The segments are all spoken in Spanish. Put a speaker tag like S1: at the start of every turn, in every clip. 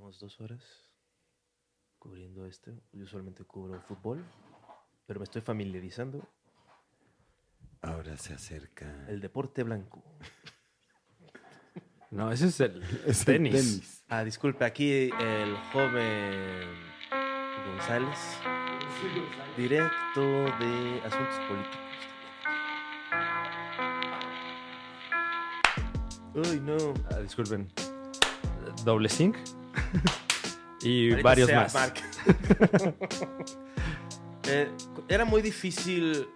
S1: unas dos horas cubriendo esto. Yo usualmente cubro fútbol, pero me estoy familiarizando.
S2: Ahora se acerca.
S1: El deporte blanco.
S3: No, ese es el
S2: Es el
S3: tenis.
S1: Ah, disculpe, aquí el joven González, directo de Asuntos Políticos. Uy, no.
S3: Ah, disculpen. Doble sync. y
S1: Maldita
S3: varios
S1: sea,
S3: más.
S1: Mark. Eh, era muy difícil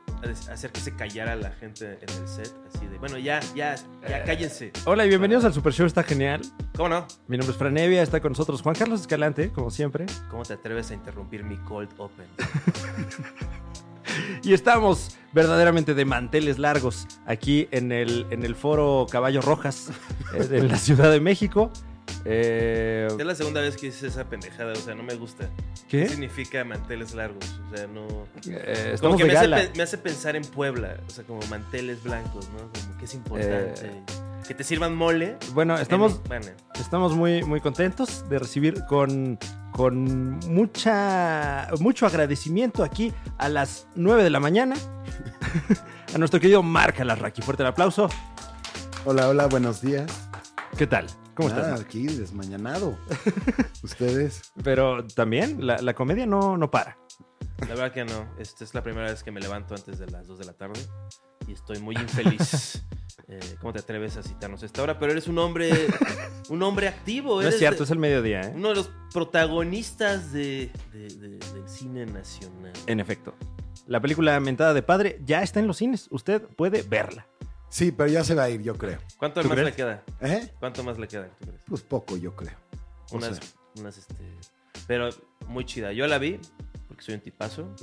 S1: hacer que se callara la gente en el set, así de, bueno, ya, ya, ya cállense.
S3: Hola y bienvenidos al Super Show, está genial.
S1: ¿Cómo no?
S3: Mi nombre es Franevia, está con nosotros Juan Carlos Escalante, como siempre.
S1: ¿Cómo te atreves a interrumpir mi cold open?
S3: Y estamos verdaderamente de manteles largos aquí en el, en el foro Caballo Rojas, eh, en la Ciudad de México. Eh,
S1: Es la segunda vez que hice esa pendejada, o sea, no me gusta. ¿Qué
S3: ¿Qué?
S1: significa manteles largos? O sea, no...
S3: Eh,
S1: Como
S3: estamos
S1: que
S3: de
S1: me hace,
S3: gala.
S1: pe- me hace pensar en Puebla, o sea, como manteles blancos, ¿no? Como que es importante.
S3: Eh,
S1: que te sirvan mole.
S3: Bueno, estamos,
S1: en- bueno,
S3: estamos muy, muy contentos de recibir con, con mucha, mucho agradecimiento aquí a las 9 de la mañana a nuestro querido Marca Alarraqui. Fuerte el aplauso.
S2: Hola, hola, buenos días.
S3: ¿Qué tal? ¿Cómo
S2: Ah,
S3: estás? Marc?
S2: aquí, desmañanado. Ustedes.
S3: Pero también la, la comedia no, no para.
S1: la verdad que no. Esta es la primera vez que me levanto antes de las 2 de la tarde y estoy muy infeliz. Eh, ¿Cómo te atreves a citarnos a esta hora? Pero eres un hombre, un hombre activo.
S3: No
S1: eres
S3: es cierto,
S1: de-
S3: es el mediodía, ¿eh?
S1: uno de los protagonistas de, de- de- del cine nacional.
S3: En efecto. La película Mentada de Padre ya está en los cines. Usted puede verla.
S2: Sí, pero ya se va a ir, yo creo.
S1: ¿Cuánto
S3: ¿Tú
S1: más
S3: crees?
S1: le queda?
S2: ¿Eh?
S1: ¿Cuánto más le queda? ¿Tú crees?
S2: Pues poco, yo creo. O
S1: Unas, unas, este, pero muy chida. Yo la vi porque soy un tipazo.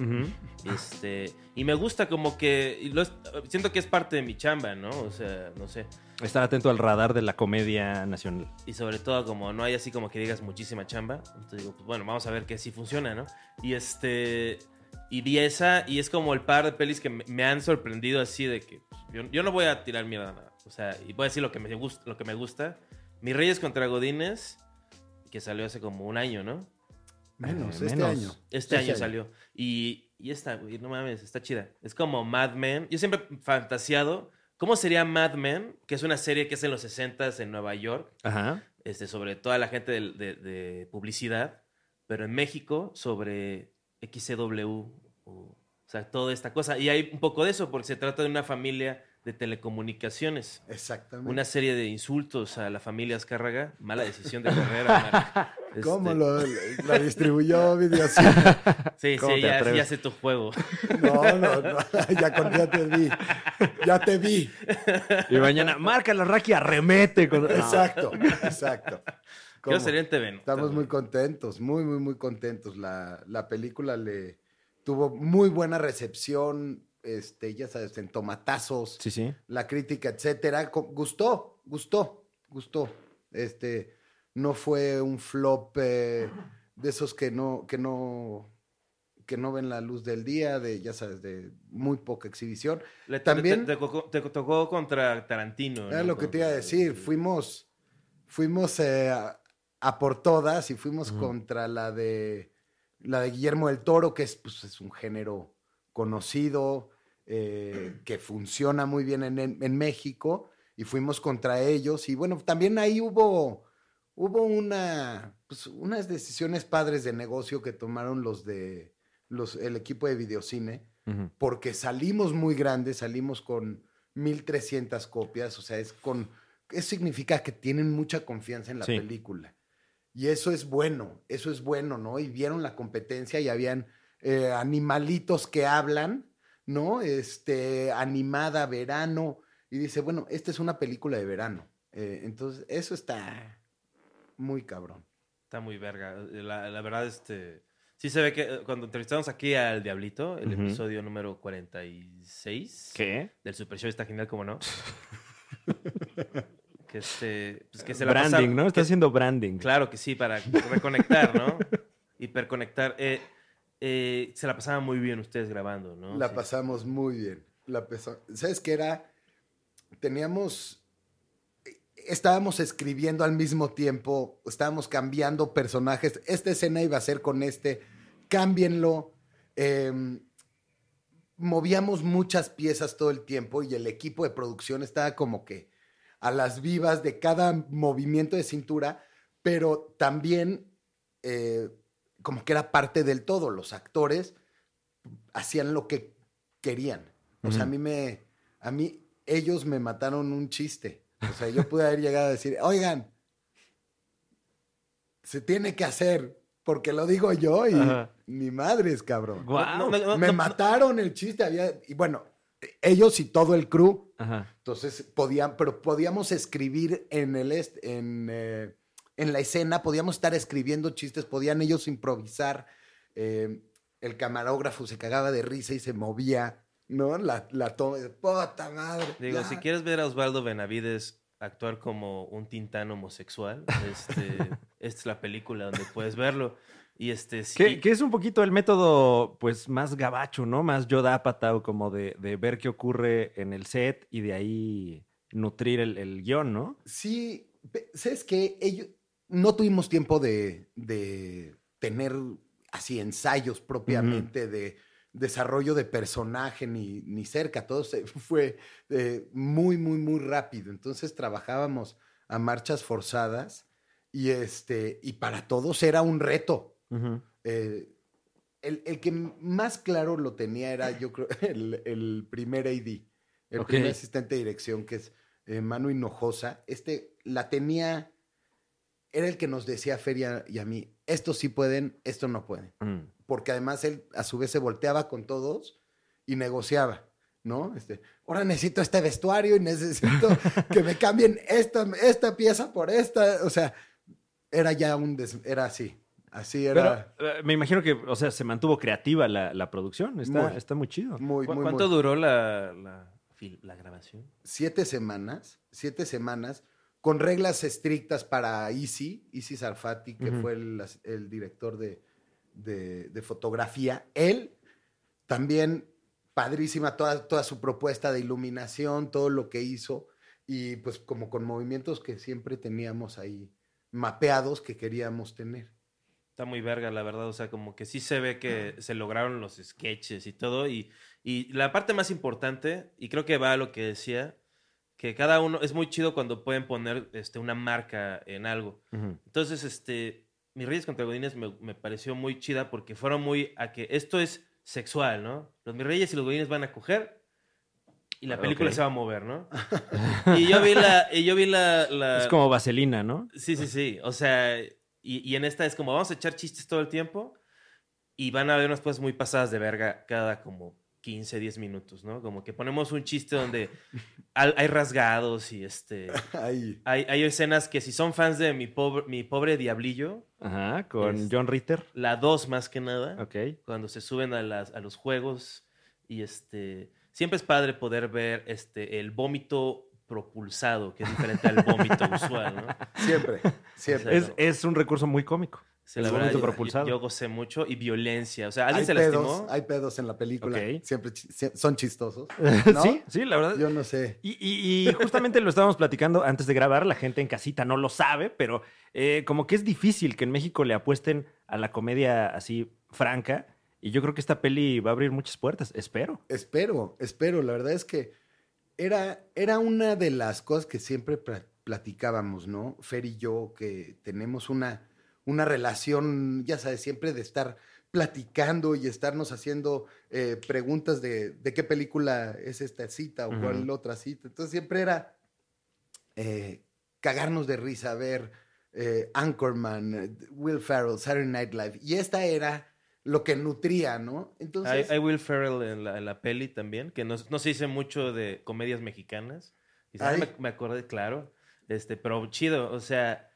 S1: Este, y me gusta como que y lo es- siento que es parte de mi chamba, ¿no? O sea, no sé.
S3: Estar atento al radar de la comedia nacional.
S1: Y sobre todo como no hay así como que digas muchísima chamba, entonces digo, pues bueno, vamos a ver que sí funciona, ¿no? Y este y vi esa y es como el par de pelis que me- me han sorprendido así de que pues, yo, yo no voy a tirar mierda a nada, o sea, y voy a decir lo que me gusta, lo que me gusta. Mis Reyes contra Godines que salió hace como un año, ¿no?
S2: Menos,
S3: Eh,
S2: este
S3: menos.
S2: año.
S1: Este año
S2: año.
S1: salió. Y, y esta, güey, no mames, está chida. Es como Mad Men. Yo siempre he fantaseado. ¿Cómo sería Mad Men? Que es una serie que es en los 60s en Nueva York,
S3: Ajá.
S1: este, sobre toda la gente del- de, de publicidad, pero en México sobre XCW. O, o sea, toda esta cosa. Y hay un poco de eso, porque se trata de una familia de telecomunicaciones.
S2: Exactamente.
S1: Una serie de insultos a la familia Azcárraga. Mala decisión de carrera. Mark.
S2: ¿Cómo
S1: Este,
S2: lo, la distribuyó Videocine?
S1: Sí,
S3: ¿Cómo
S1: sí,
S3: te
S1: ya-
S3: atreves?
S1: ya sé tu juego.
S2: No, no, no. Ya, con- ya te vi. Ya te vi.
S3: Y mañana, Marca Alarraqui arremete. Con...
S2: Exacto, exacto. ¿Cómo?
S1: Yo sería en TV, ¿no?
S2: Estamos muy
S1: También.
S2: contentos, muy, muy, muy contentos. La, la película le tuvo muy buena recepción, este, ya sabes, en tomatazos,
S3: Sí, sí.
S2: la crítica, etcétera. Co- Gustó, gustó, gustó. Este, no fue un flop eh, de esos que no, que no, que no ven la luz del día, de, ya sabes, de muy poca exhibición.
S1: Le- te-
S2: También-
S1: Te, te tocó, te tocó contra Tarantino.
S2: Era
S1: ¿no?
S2: lo que te iba a
S1: Contra-
S2: decir. Fuimos, fuimos eh, a, a por todas y fuimos contra la de la de Guillermo del Toro, que es, pues, es un género conocido, eh, que funciona muy bien en, en México, y fuimos contra ellos. Y bueno, también ahí hubo, hubo una, pues, unas decisiones padres de negocio que tomaron los de los, el equipo de videocine porque salimos muy grandes, salimos con 1300 copias, o sea, es con eso significa que tienen mucha confianza en la
S3: Sí.
S2: película. Y eso es bueno, eso es bueno, ¿no? Y vieron la competencia y habían eh, animalitos que hablan, ¿no? Este, animada, verano, y dice, bueno, esta es una película de verano. Eh, entonces, eso está muy cabrón.
S1: Está muy verga. Eh, La, la verdad, este. Sí se ve que eh, cuando entrevistamos aquí al Diablito, el
S3: Ujú.
S1: episodio número 46
S3: ¿Qué?
S1: del Super Show está genial, ¿cómo no? que este. Pues que se la
S3: Branding,
S1: pasaron-
S3: ¿no? Está
S1: que-
S3: haciendo branding.
S1: Claro que sí, para reconectar, ¿no? Hiperconectar. Eh, eh, se la pasaban muy bien ustedes grabando, ¿no?
S2: La
S1: Sí.
S2: pasamos muy bien. La pesa- ¿Sabes qué era? Teníamos. eh, estábamos escribiendo al mismo tiempo, estábamos cambiando personajes. Esta escena iba a ser con este, cámbienlo. Eh, movíamos muchas piezas todo el tiempo y el equipo de producción estaba como que a las vivas de cada movimiento de cintura, pero también eh, como que era parte del todo. Los actores hacían lo que querían. O sea, a mí me, a mí ellos me mataron un chiste. O sea, yo pude haber llegado a decir, oigan, se tiene que hacer porque lo digo yo y
S3: Ajá.
S2: ni madres, cabrón.
S3: Guau.
S1: No, no, no,
S2: me
S1: no,
S2: mataron el chiste. Había, y bueno, ellos y todo el crew,
S3: Ajá.
S2: entonces podían, pero podíamos escribir en el est- en, eh, en la escena, podíamos estar escribiendo chistes, podían ellos improvisar. eh, el camarógrafo se cagaba de risa y se movía, ¿no? La, la toma, y, puta madre.
S1: Digo,
S2: ya".
S1: si quieres ver a Osvaldo Benavides actuar como un tintán homosexual, este, esta es la película donde puedes verlo. Y este, sí.
S3: Que, que es un poquito el método, pues, más gabacho, ¿no? Más yodapata o como de, de ver qué ocurre en el set y de ahí nutrir el, el guión, ¿no?
S2: Sí, pe- ¿sabes que Ellos, no tuvimos tiempo de, de tener así ensayos propiamente de desarrollo de personaje ni, ni cerca. Todo se fue eh, muy, muy, muy rápido. Entonces trabajábamos a marchas forzadas y, este, y para todos era un reto. Eh, el, el que más claro lo tenía era, yo creo, el, el primer AD, el
S3: Ok.
S2: primer asistente de dirección, que es eh, Manu Hinojosa. Este la tenía, era el que nos decía a Feria y a mí, esto sí pueden, esto no pueden.
S3: Mm.
S2: Porque además él a su vez se volteaba con todos y negociaba. ¿No? Este, ahora necesito este vestuario y necesito que me cambien esta, esta pieza por esta. O sea, era ya un des- era así. Así era.
S3: Pero, eh, me imagino que, o sea, se mantuvo creativa la, la producción. Está
S2: Muy.
S3: está muy chido.
S2: Muy,
S1: ¿Cu-
S2: muy,
S1: ¿Cuánto
S2: muy.
S1: duró la, la fil- la grabación?
S2: Siete semanas, siete semanas, con reglas estrictas para Easy, Easy Sarfati, que
S3: Ujú.
S2: fue el, as- el director de, de- de fotografía. Él también, padrísima toda, toda su propuesta de iluminación, todo lo que hizo, y pues como con movimientos que siempre teníamos ahí mapeados que queríamos tener.
S1: Está muy verga, la verdad. O sea, como que sí se ve
S2: Ah.
S1: que se lograron los sketches y todo. Y, y la parte más importante, y creo que va a lo que decía, que cada uno es muy chido cuando pueden poner este, una marca en algo.
S3: Ujú.
S1: Entonces, este, mis Reyes contra Godines me, me pareció muy chida porque fueron muy a que esto es sexual, ¿no? Los mis Reyes y los Godines van a coger y la película
S3: Ah, Ok.
S1: se va a mover, ¿no? y yo vi la, y yo vi la, la-
S3: Es como vaselina, ¿no?
S1: sí, sí, sí, o sea, y, y en esta es como vamos a echar chistes todo el tiempo y van a haber unas cosas muy pasadas de verga cada como 15, 10 minutos, ¿no? Como que ponemos un chiste donde al- hay rasgados y este
S2: Ahí.
S1: hay, hay escenas que si son fans de mi pobre, mi pobre diablillo,
S3: Ajá, con
S1: Es-
S3: John Ritter.
S1: la 2 más que nada,
S3: Ok.
S1: cuando se suben a, las, a los juegos y este, siempre es padre poder ver este, el vómito propulsado, que es diferente al vómito usual, ¿no?
S2: Siempre, siempre.
S3: Es, es un recurso muy cómico.
S1: Se
S2: El vómito
S1: yo,
S3: propulsado.
S1: yo gocé mucho y violencia, o sea, alguien
S2: Hay
S1: se
S2: pedos,
S1: lastimó.
S2: hay pedos en la película.
S3: Ok.
S2: Siempre chi- sie- son chistosos. ¿no?
S3: Sí, sí, la verdad.
S2: Yo no sé.
S3: Y, y- y justamente lo estábamos platicando antes de grabar, la gente en casita no lo sabe, pero eh, como que es difícil que en México le apuesten a la comedia así franca. Y yo creo que esta peli va a abrir muchas puertas, espero.
S2: Espero, espero. La verdad es que era, era una de las cosas que siempre pla- platicábamos, ¿no? Fer y yo, que tenemos una, una relación, ya sabes, siempre de estar platicando y estarnos haciendo eh, preguntas de, de qué película es esta cita o
S3: Ujú.
S2: cuál otra cita. Entonces siempre era eh, cagarnos de risa, ver eh, Anchorman, eh, Will Ferrell, Saturday Night Live. Y esta era lo que nutría, ¿no? Entonces...
S1: Hay, hay Will Ferrell en la, en la peli también, que no, no se dice mucho de comedias mexicanas. Y ¿sabes?
S2: Ay.
S1: me, me acordé, claro. Este, pero chido, o sea,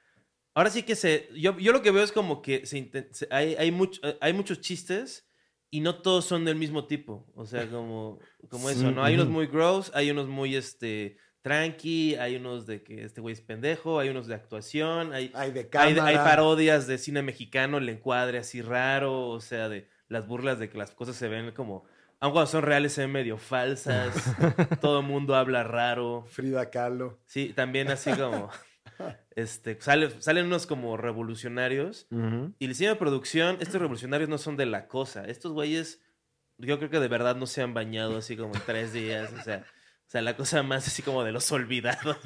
S1: ahora sí que se... Yo, yo lo que veo es como que se inten- se- hay, hay, mucho- hay muchos chistes y no todos son del mismo tipo. O sea, como, como eso,
S3: Sí,
S1: ¿no? Hay unos
S3: ujú.
S1: muy gross, hay unos muy, este, tranqui, hay unos de que este güey es pendejo, hay unos de actuación, hay...
S2: Hay de
S1: Hay,
S2: cámara.
S1: hay parodias de cine mexicano, el encuadre así raro, o sea, de las burlas de que las cosas se ven como Aun cuando son reales, se ven medio falsas. todo el mundo habla raro.
S2: Frida Kahlo.
S1: Sí, también así como. Este, sale- salen unos como revolucionarios. Y el diseño de producción, estos revolucionarios no son de la cosa. Estos güeyes, yo creo que de verdad no se han bañado así como en tres días. O sea, o sea, la cosa más así como de los olvidados.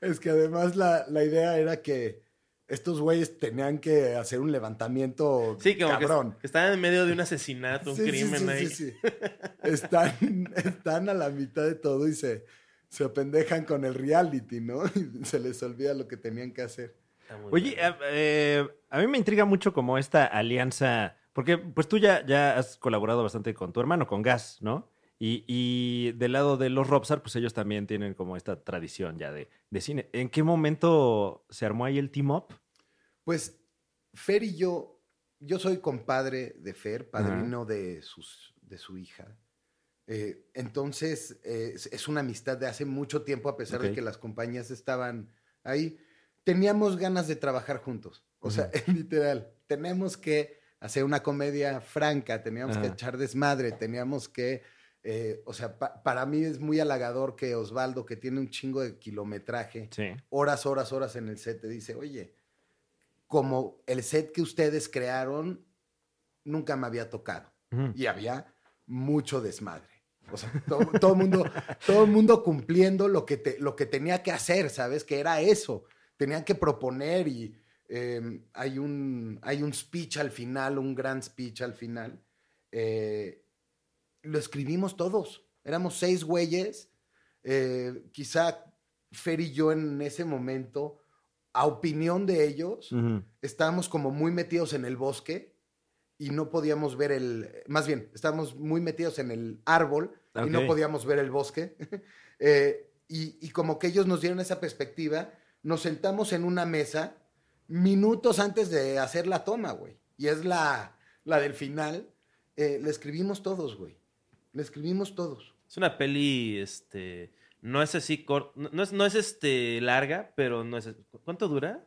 S2: Es que además la, la idea era que estos güeyes tenían que hacer un levantamiento
S1: Sí, como que-
S2: cabrón.
S1: que estaban en medio de un asesinato, un
S2: Sí, sí,
S1: crimen
S2: sí,
S1: ahí.
S2: sí, sí. Están, están a la mitad de todo y se, se apendejan con el reality, ¿no? Y se les olvida lo que tenían que hacer.
S1: Está muy
S3: Oye,
S1: bueno.
S3: a, eh, a mí me intriga mucho como esta alianza, porque pues tú ya, ya has colaborado bastante con tu hermano, con Gas, ¿no? Y, y del lado de los Robsar, pues ellos también tienen como esta tradición ya de, de cine. ¿En qué momento se armó ahí el team up?
S2: Pues Fer y yo, yo soy compadre de Fer, padrino de, sus, de su hija. Eh, entonces, eh, es, es una amistad de hace mucho tiempo, a pesar
S3: Ok.
S2: de que las compañías estaban ahí. Teníamos ganas de trabajar juntos. O sea, literal, tenemos que hacer una comedia franca, teníamos que
S3: Ajá.
S2: echar desmadre, teníamos que... eh, o sea, pa- para mí es muy halagador que Osvaldo, que tiene un chingo de kilometraje,
S3: Sí.
S2: horas, horas, horas en el set, te dice, oye, como el set que ustedes crearon nunca me había tocado. Y había mucho desmadre. O sea, todo, todo mundo, todo mundo cumpliendo lo que, te- lo que tenía que hacer, ¿sabes? Que era eso. Tenían que proponer y eh, hay, un, hay un speech al final, un gran speech al final. Eh, lo escribimos todos. Éramos seis güeyes. Eh, quizá Fer y yo en ese momento, a opinión de ellos,
S3: Ujú.
S2: estábamos como muy metidos en el bosque y no podíamos ver el, más bien, estábamos muy metidos en el árbol y no
S3: Ok.
S2: podíamos ver el bosque. Eh, y, y como que ellos nos dieron esa perspectiva, nos sentamos en una mesa minutos antes de hacer la toma, güey. Y es la, la del final. Eh, la escribimos todos, güey. La escribimos todos.
S1: Es una peli, este, no es así corta, no es, no es este larga, pero no es. ¿Cuánto dura?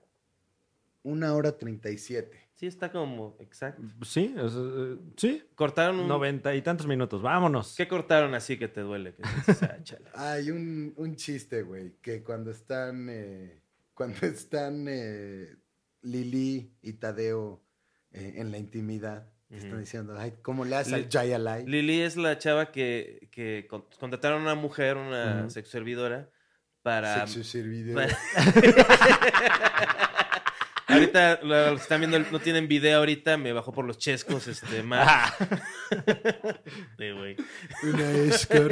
S2: Una hora treinta y siete.
S1: Sí, está como exacto.
S3: Sí, es, eh, sí.
S1: Cortaron un.
S3: Noventa y tantos minutos, vámonos.
S1: Mm. ¿Qué cortaron así que te duele? Que dices, "Ah, chale".
S2: Hay un, un chiste, güey, que cuando están, eh, cuando están eh, Lili y Tadeo eh, en la intimidad, que
S1: Ujú.
S2: están diciendo, ay, ¿cómo le haces al
S1: Li-
S2: Jaya Lai?"
S1: Lili es la chava que, que con- contrataron a una mujer, una
S3: Ujú.
S1: sexoservidora, para.
S2: Sexo servidor.
S1: para- ahorita lo- los que están viendo, no tienen video ahorita, me bajó por los chescos, este, más.
S3: Ah,
S1: Sí, güey.
S2: Una escort.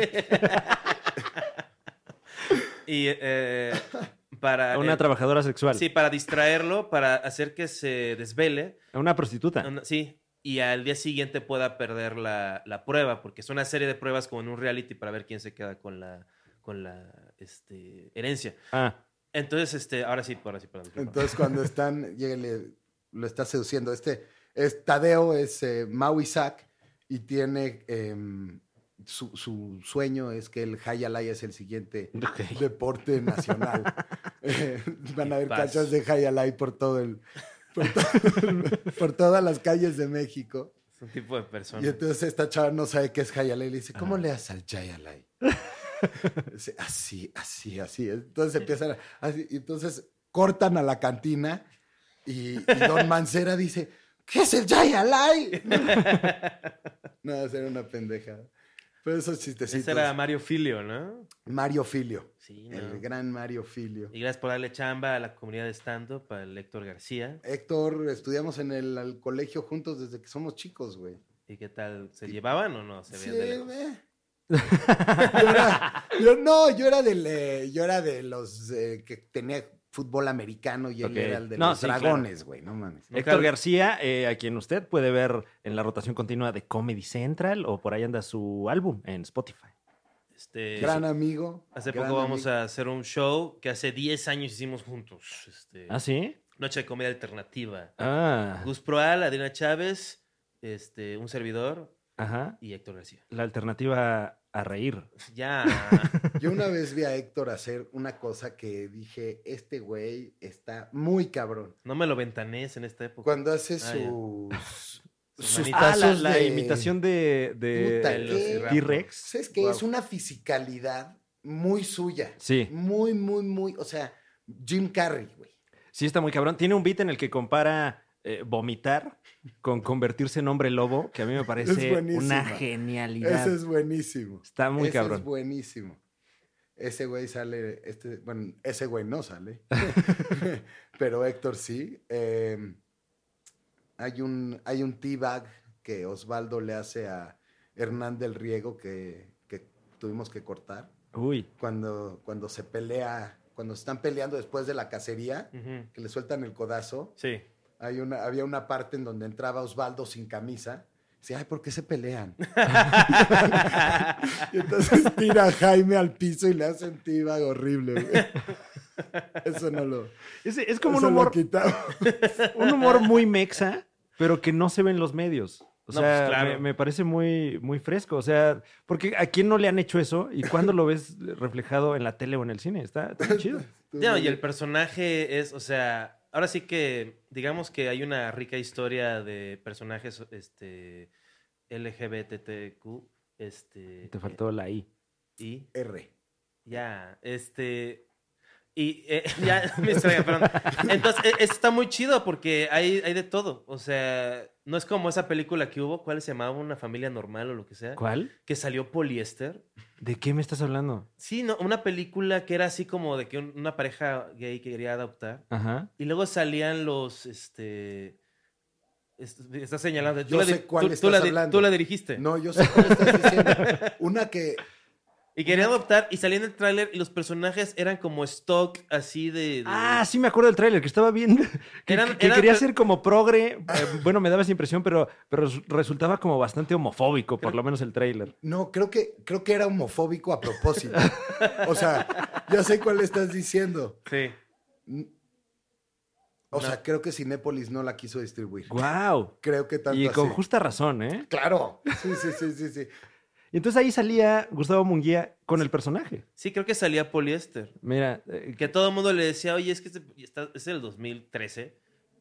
S1: Y eh, para.
S3: una
S1: eh,
S3: trabajadora sexual.
S1: Sí, para distraerlo, para hacer que se desvele.
S3: Una prostituta.
S1: Una- Sí. Y al día siguiente pueda perder la, la prueba, porque es una serie de pruebas como en un reality para ver quién se queda con la, con la este, herencia.
S3: Ah,
S1: Entonces, este, ahora sí, ahora sí, perdón. disculpa.
S2: Entonces cuando están, llega y le- lo está seduciendo. Este es Tadeo, es eh, Mau Isaac y tiene em, su, su sueño es que el Jaya Lai es el siguiente
S3: ok.
S2: deporte nacional. Eh, van
S1: Y
S2: a haber
S1: paz.
S2: canchas de Jayalay por todo el. Por, to- por todas las calles de México.
S1: Es un tipo de
S2: Y
S1: persona.
S2: entonces esta chava no sabe qué es Jayalay. Le dice, ¿cómo le leas al Jayalay? Dice, así, así, así. Entonces empiezan a- así, y entonces cortan a la cantina y, y Don Mancera dice, ¿qué es el Jayalay? no, esa era una pendejada. Pero esos chistecitos.
S1: Ese era Mario Filio, ¿no?
S2: Mario Filio.
S1: Sí,
S2: El
S1: ¿no?
S2: gran Mario Filio.
S1: Y gracias por darle chamba a la comunidad de stand-up, al Héctor García.
S2: Héctor, estudiamos en el, al colegio juntos desde que somos chicos, güey.
S1: ¿Y qué tal? ¿Se llevaban o no? Se
S2: Sí,
S1: veían de lejos.
S2: eh. yo era- yo- no, yo era, del, eh, yo era de los eh, que tenía fútbol americano y él
S3: Ok.
S2: era el de
S3: No,
S2: los
S3: sí,
S2: dragones, güey, no mames.
S1: Nunca-
S3: Héctor García, eh, a quien usted puede ver en la rotación continua de Comedy Central o por ahí anda su álbum en Spotify.
S1: Este,
S2: gran amigo.
S1: hace
S2: gran
S1: poco vamos
S2: amigo.
S1: a hacer un show que hace 10 años hicimos juntos. Este,
S3: ¿Ah, sí?
S1: Noche de comida alternativa.
S3: Ah,
S1: Gus Proal, Adriana Chávez, este, un servidor
S3: ajá.
S1: y Héctor García.
S3: La alternativa a reír.
S1: Ya.
S2: Yo una vez vi a Héctor hacer una cosa que dije, este güey está muy cabrón.
S1: No me lo ventanees en esta época.
S2: Cuando hace
S1: Ah,
S2: sus, Sus
S1: manitas.
S3: Ah, la,
S2: tazos
S3: la
S2: de-
S3: imitación de, de-
S2: Puta,
S3: del
S2: ¿qué?
S3: T-Rex.
S2: ¿Sabes qué?
S1: Wow.
S2: Es una fisicalidad muy suya.
S3: Sí.
S2: Muy, muy, muy. O sea, Jim Carrey, güey.
S3: Sí, está muy cabrón. Tiene un beat en el que compara eh, vomitar con convertirse en hombre lobo, que a mí me parece
S2: buenísima.
S3: una genialidad.
S2: Ese es buenísimo.
S3: Está muy
S2: Ese
S3: cabrón.
S2: es buenísimo. Ese güey sale, este, bueno, ese güey no sale, pero Héctor sí. Eh, hay un, hay un teabag que Osvaldo le hace a Hernán del Riego que, que tuvimos que cortar
S3: Uy,
S2: cuando, cuando se pelea, cuando están peleando después de la cacería,
S1: Ujú.
S2: que le sueltan el codazo.
S1: Sí.
S2: Hay una, había una parte en donde entraba Osvaldo sin camisa. Dice, ay, ¿por qué se pelean? Y entonces tira a Jaime al piso y le hace un tíbag horrible, güey. Eso no lo.
S3: es, es como un
S2: eso lo
S3: humor,
S2: quitamos.
S3: un humor muy mexa, pero que no se ve en los medios. O
S1: No,
S3: sea,
S1: pues, claro.
S3: me, me parece muy, muy fresco. O sea, porque ¿a quién no le han hecho eso? ¿Y cuándo lo ves reflejado en la tele o en el cine? Está, está muy chido.
S1: No, y el personaje es, o sea, ahora sí que digamos que hay una rica historia de personajes este LGBTQ, este
S3: Te faltó la I.
S1: y
S2: R.
S1: ya, este y eh, ya me extraña, perdón. Entonces, e- esto está muy chido porque hay, hay de todo. O sea, no es como esa película que hubo, ¿cuál se llamaba? Una familia normal o lo que sea,
S3: ¿Cuál?
S1: que salió poliéster.
S3: ¿De qué me estás hablando?
S1: Sí, no, una película que era así como de que un- una pareja gay que quería adoptar.
S3: Ajá.
S1: Y luego salían los, este... est- Estás señalando.
S2: Yo
S1: la
S2: sé
S1: di-
S2: cuál
S1: tú,
S2: estás
S1: la di-
S2: hablando.
S1: tú la dirigiste.
S2: No, yo sé cuál estás diciendo. Una que.
S1: Y querían adoptar y salían el tráiler y los personajes eran como stock así de... de-
S3: Ah, sí me acuerdo del tráiler que estaba viendo. Que,
S1: Eran-
S3: que
S1: eran-
S3: quería ser como progre. eh, bueno, me daba esa impresión, pero, pero res- resultaba como bastante homofóbico, por lo menos el tráiler.
S2: No, creo que, creo que era homofóbico a propósito. O sea, yo sé cuál estás diciendo.
S1: Sí.
S2: O
S1: No.
S2: sea, creo que Cinépolis no la quiso distribuir.
S3: ¡Guau!
S2: Creo que tanto
S3: Y con
S2: así.
S3: justa razón, ¿eh?
S2: Claro. Sí, sí, sí, sí, sí.
S3: Y entonces ahí salía Gustavo Munguía con el personaje.
S1: Sí, creo que salía poliéster.
S3: Mira, eh,
S1: Que todo el mundo le decía, oye, es que este- y está- es el 2013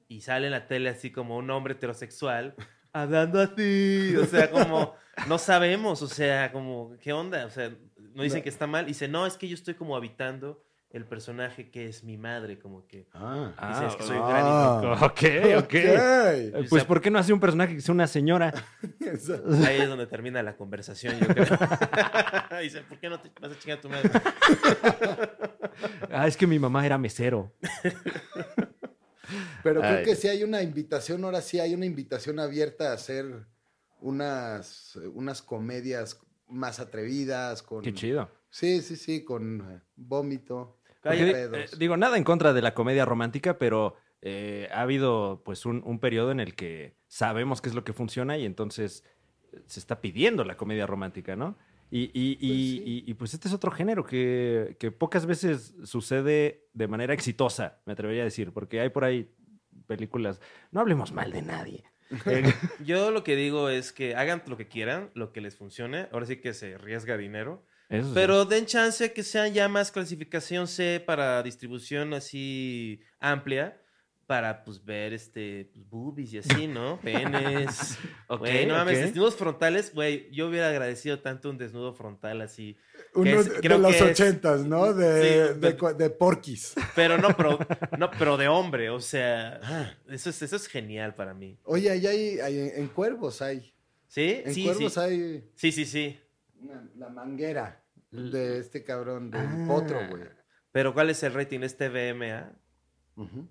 S1: y sale en la tele así como un hombre heterosexual hablando así. O sea, como no sabemos, o sea, como, ¿qué onda? O sea, no dicen
S2: No.
S1: que está mal. Y dice, no, es que yo estoy como habitando el personaje que es mi madre, como que.
S2: Ah.
S3: ah,
S1: Dices que soy
S3: ah,
S1: gran
S2: hijo.
S3: ok, ok. Eh,
S2: Ok.
S3: Pues, ¿por qué no hace un personaje que sea una señora?
S2: Eso-
S1: Ahí es donde termina la conversación, yo creo. Dice, ¿por qué no te vas a chingar a tu madre?
S3: Ah, es que mi mamá era mesero.
S2: Pero creo
S3: Ay.
S2: que sí hay una invitación, ahora sí hay una invitación abierta a hacer unas, unas comedias más atrevidas, con...
S3: Qué chido.
S2: Sí, sí, sí, con eh, vómito. con
S3: Porque, eh,
S2: pedos.
S3: digo, nada en contra de la comedia romántica, pero eh, ha habido pues un, un periodo en el que sabemos qué es lo que funciona y entonces eh, se está pidiendo la comedia romántica, ¿no? Y, y- y-
S2: Pues sí.
S3: y- y, pues este es otro género que, que pocas veces sucede de manera exitosa, me atrevería a decir, porque hay por ahí películas, no hablemos mal de nadie. Eh,
S1: Yo lo que digo es que hagan lo que quieran, lo que les funcione. Ahora sí que se arriesga dinero.
S3: eso sí.
S1: Pero den chance que sean ya más clasificación C para distribución así amplia para pues ver este pues, boobies y así, ¿no? Penes.
S3: Ok,
S1: Güey, no mames,
S3: ok.
S1: desnudos frontales, güey, yo hubiera agradecido tanto un desnudo frontal así.
S2: Uno
S1: que es-
S2: de- de
S1: creo
S2: los
S1: que es-
S2: ochentas, ¿no? De,
S1: Sí,
S2: de,
S1: de-
S2: cu- de Porky's.
S1: Pero no, pero, no, pero de hombre, o sea, eso es, eso es genial para mí.
S2: Oye, ahí hay, hay- en Cuervos hay.
S1: ¿Sí?
S2: En
S1: sí,
S2: Cuervos
S1: sí.
S2: hay
S1: Sí, sí, sí.
S2: una- la manguera de este cabrón, del
S3: Ah.
S2: potro, güey.
S1: Pero ¿cuál es el rating? ¿Este BMA?
S2: Ujú.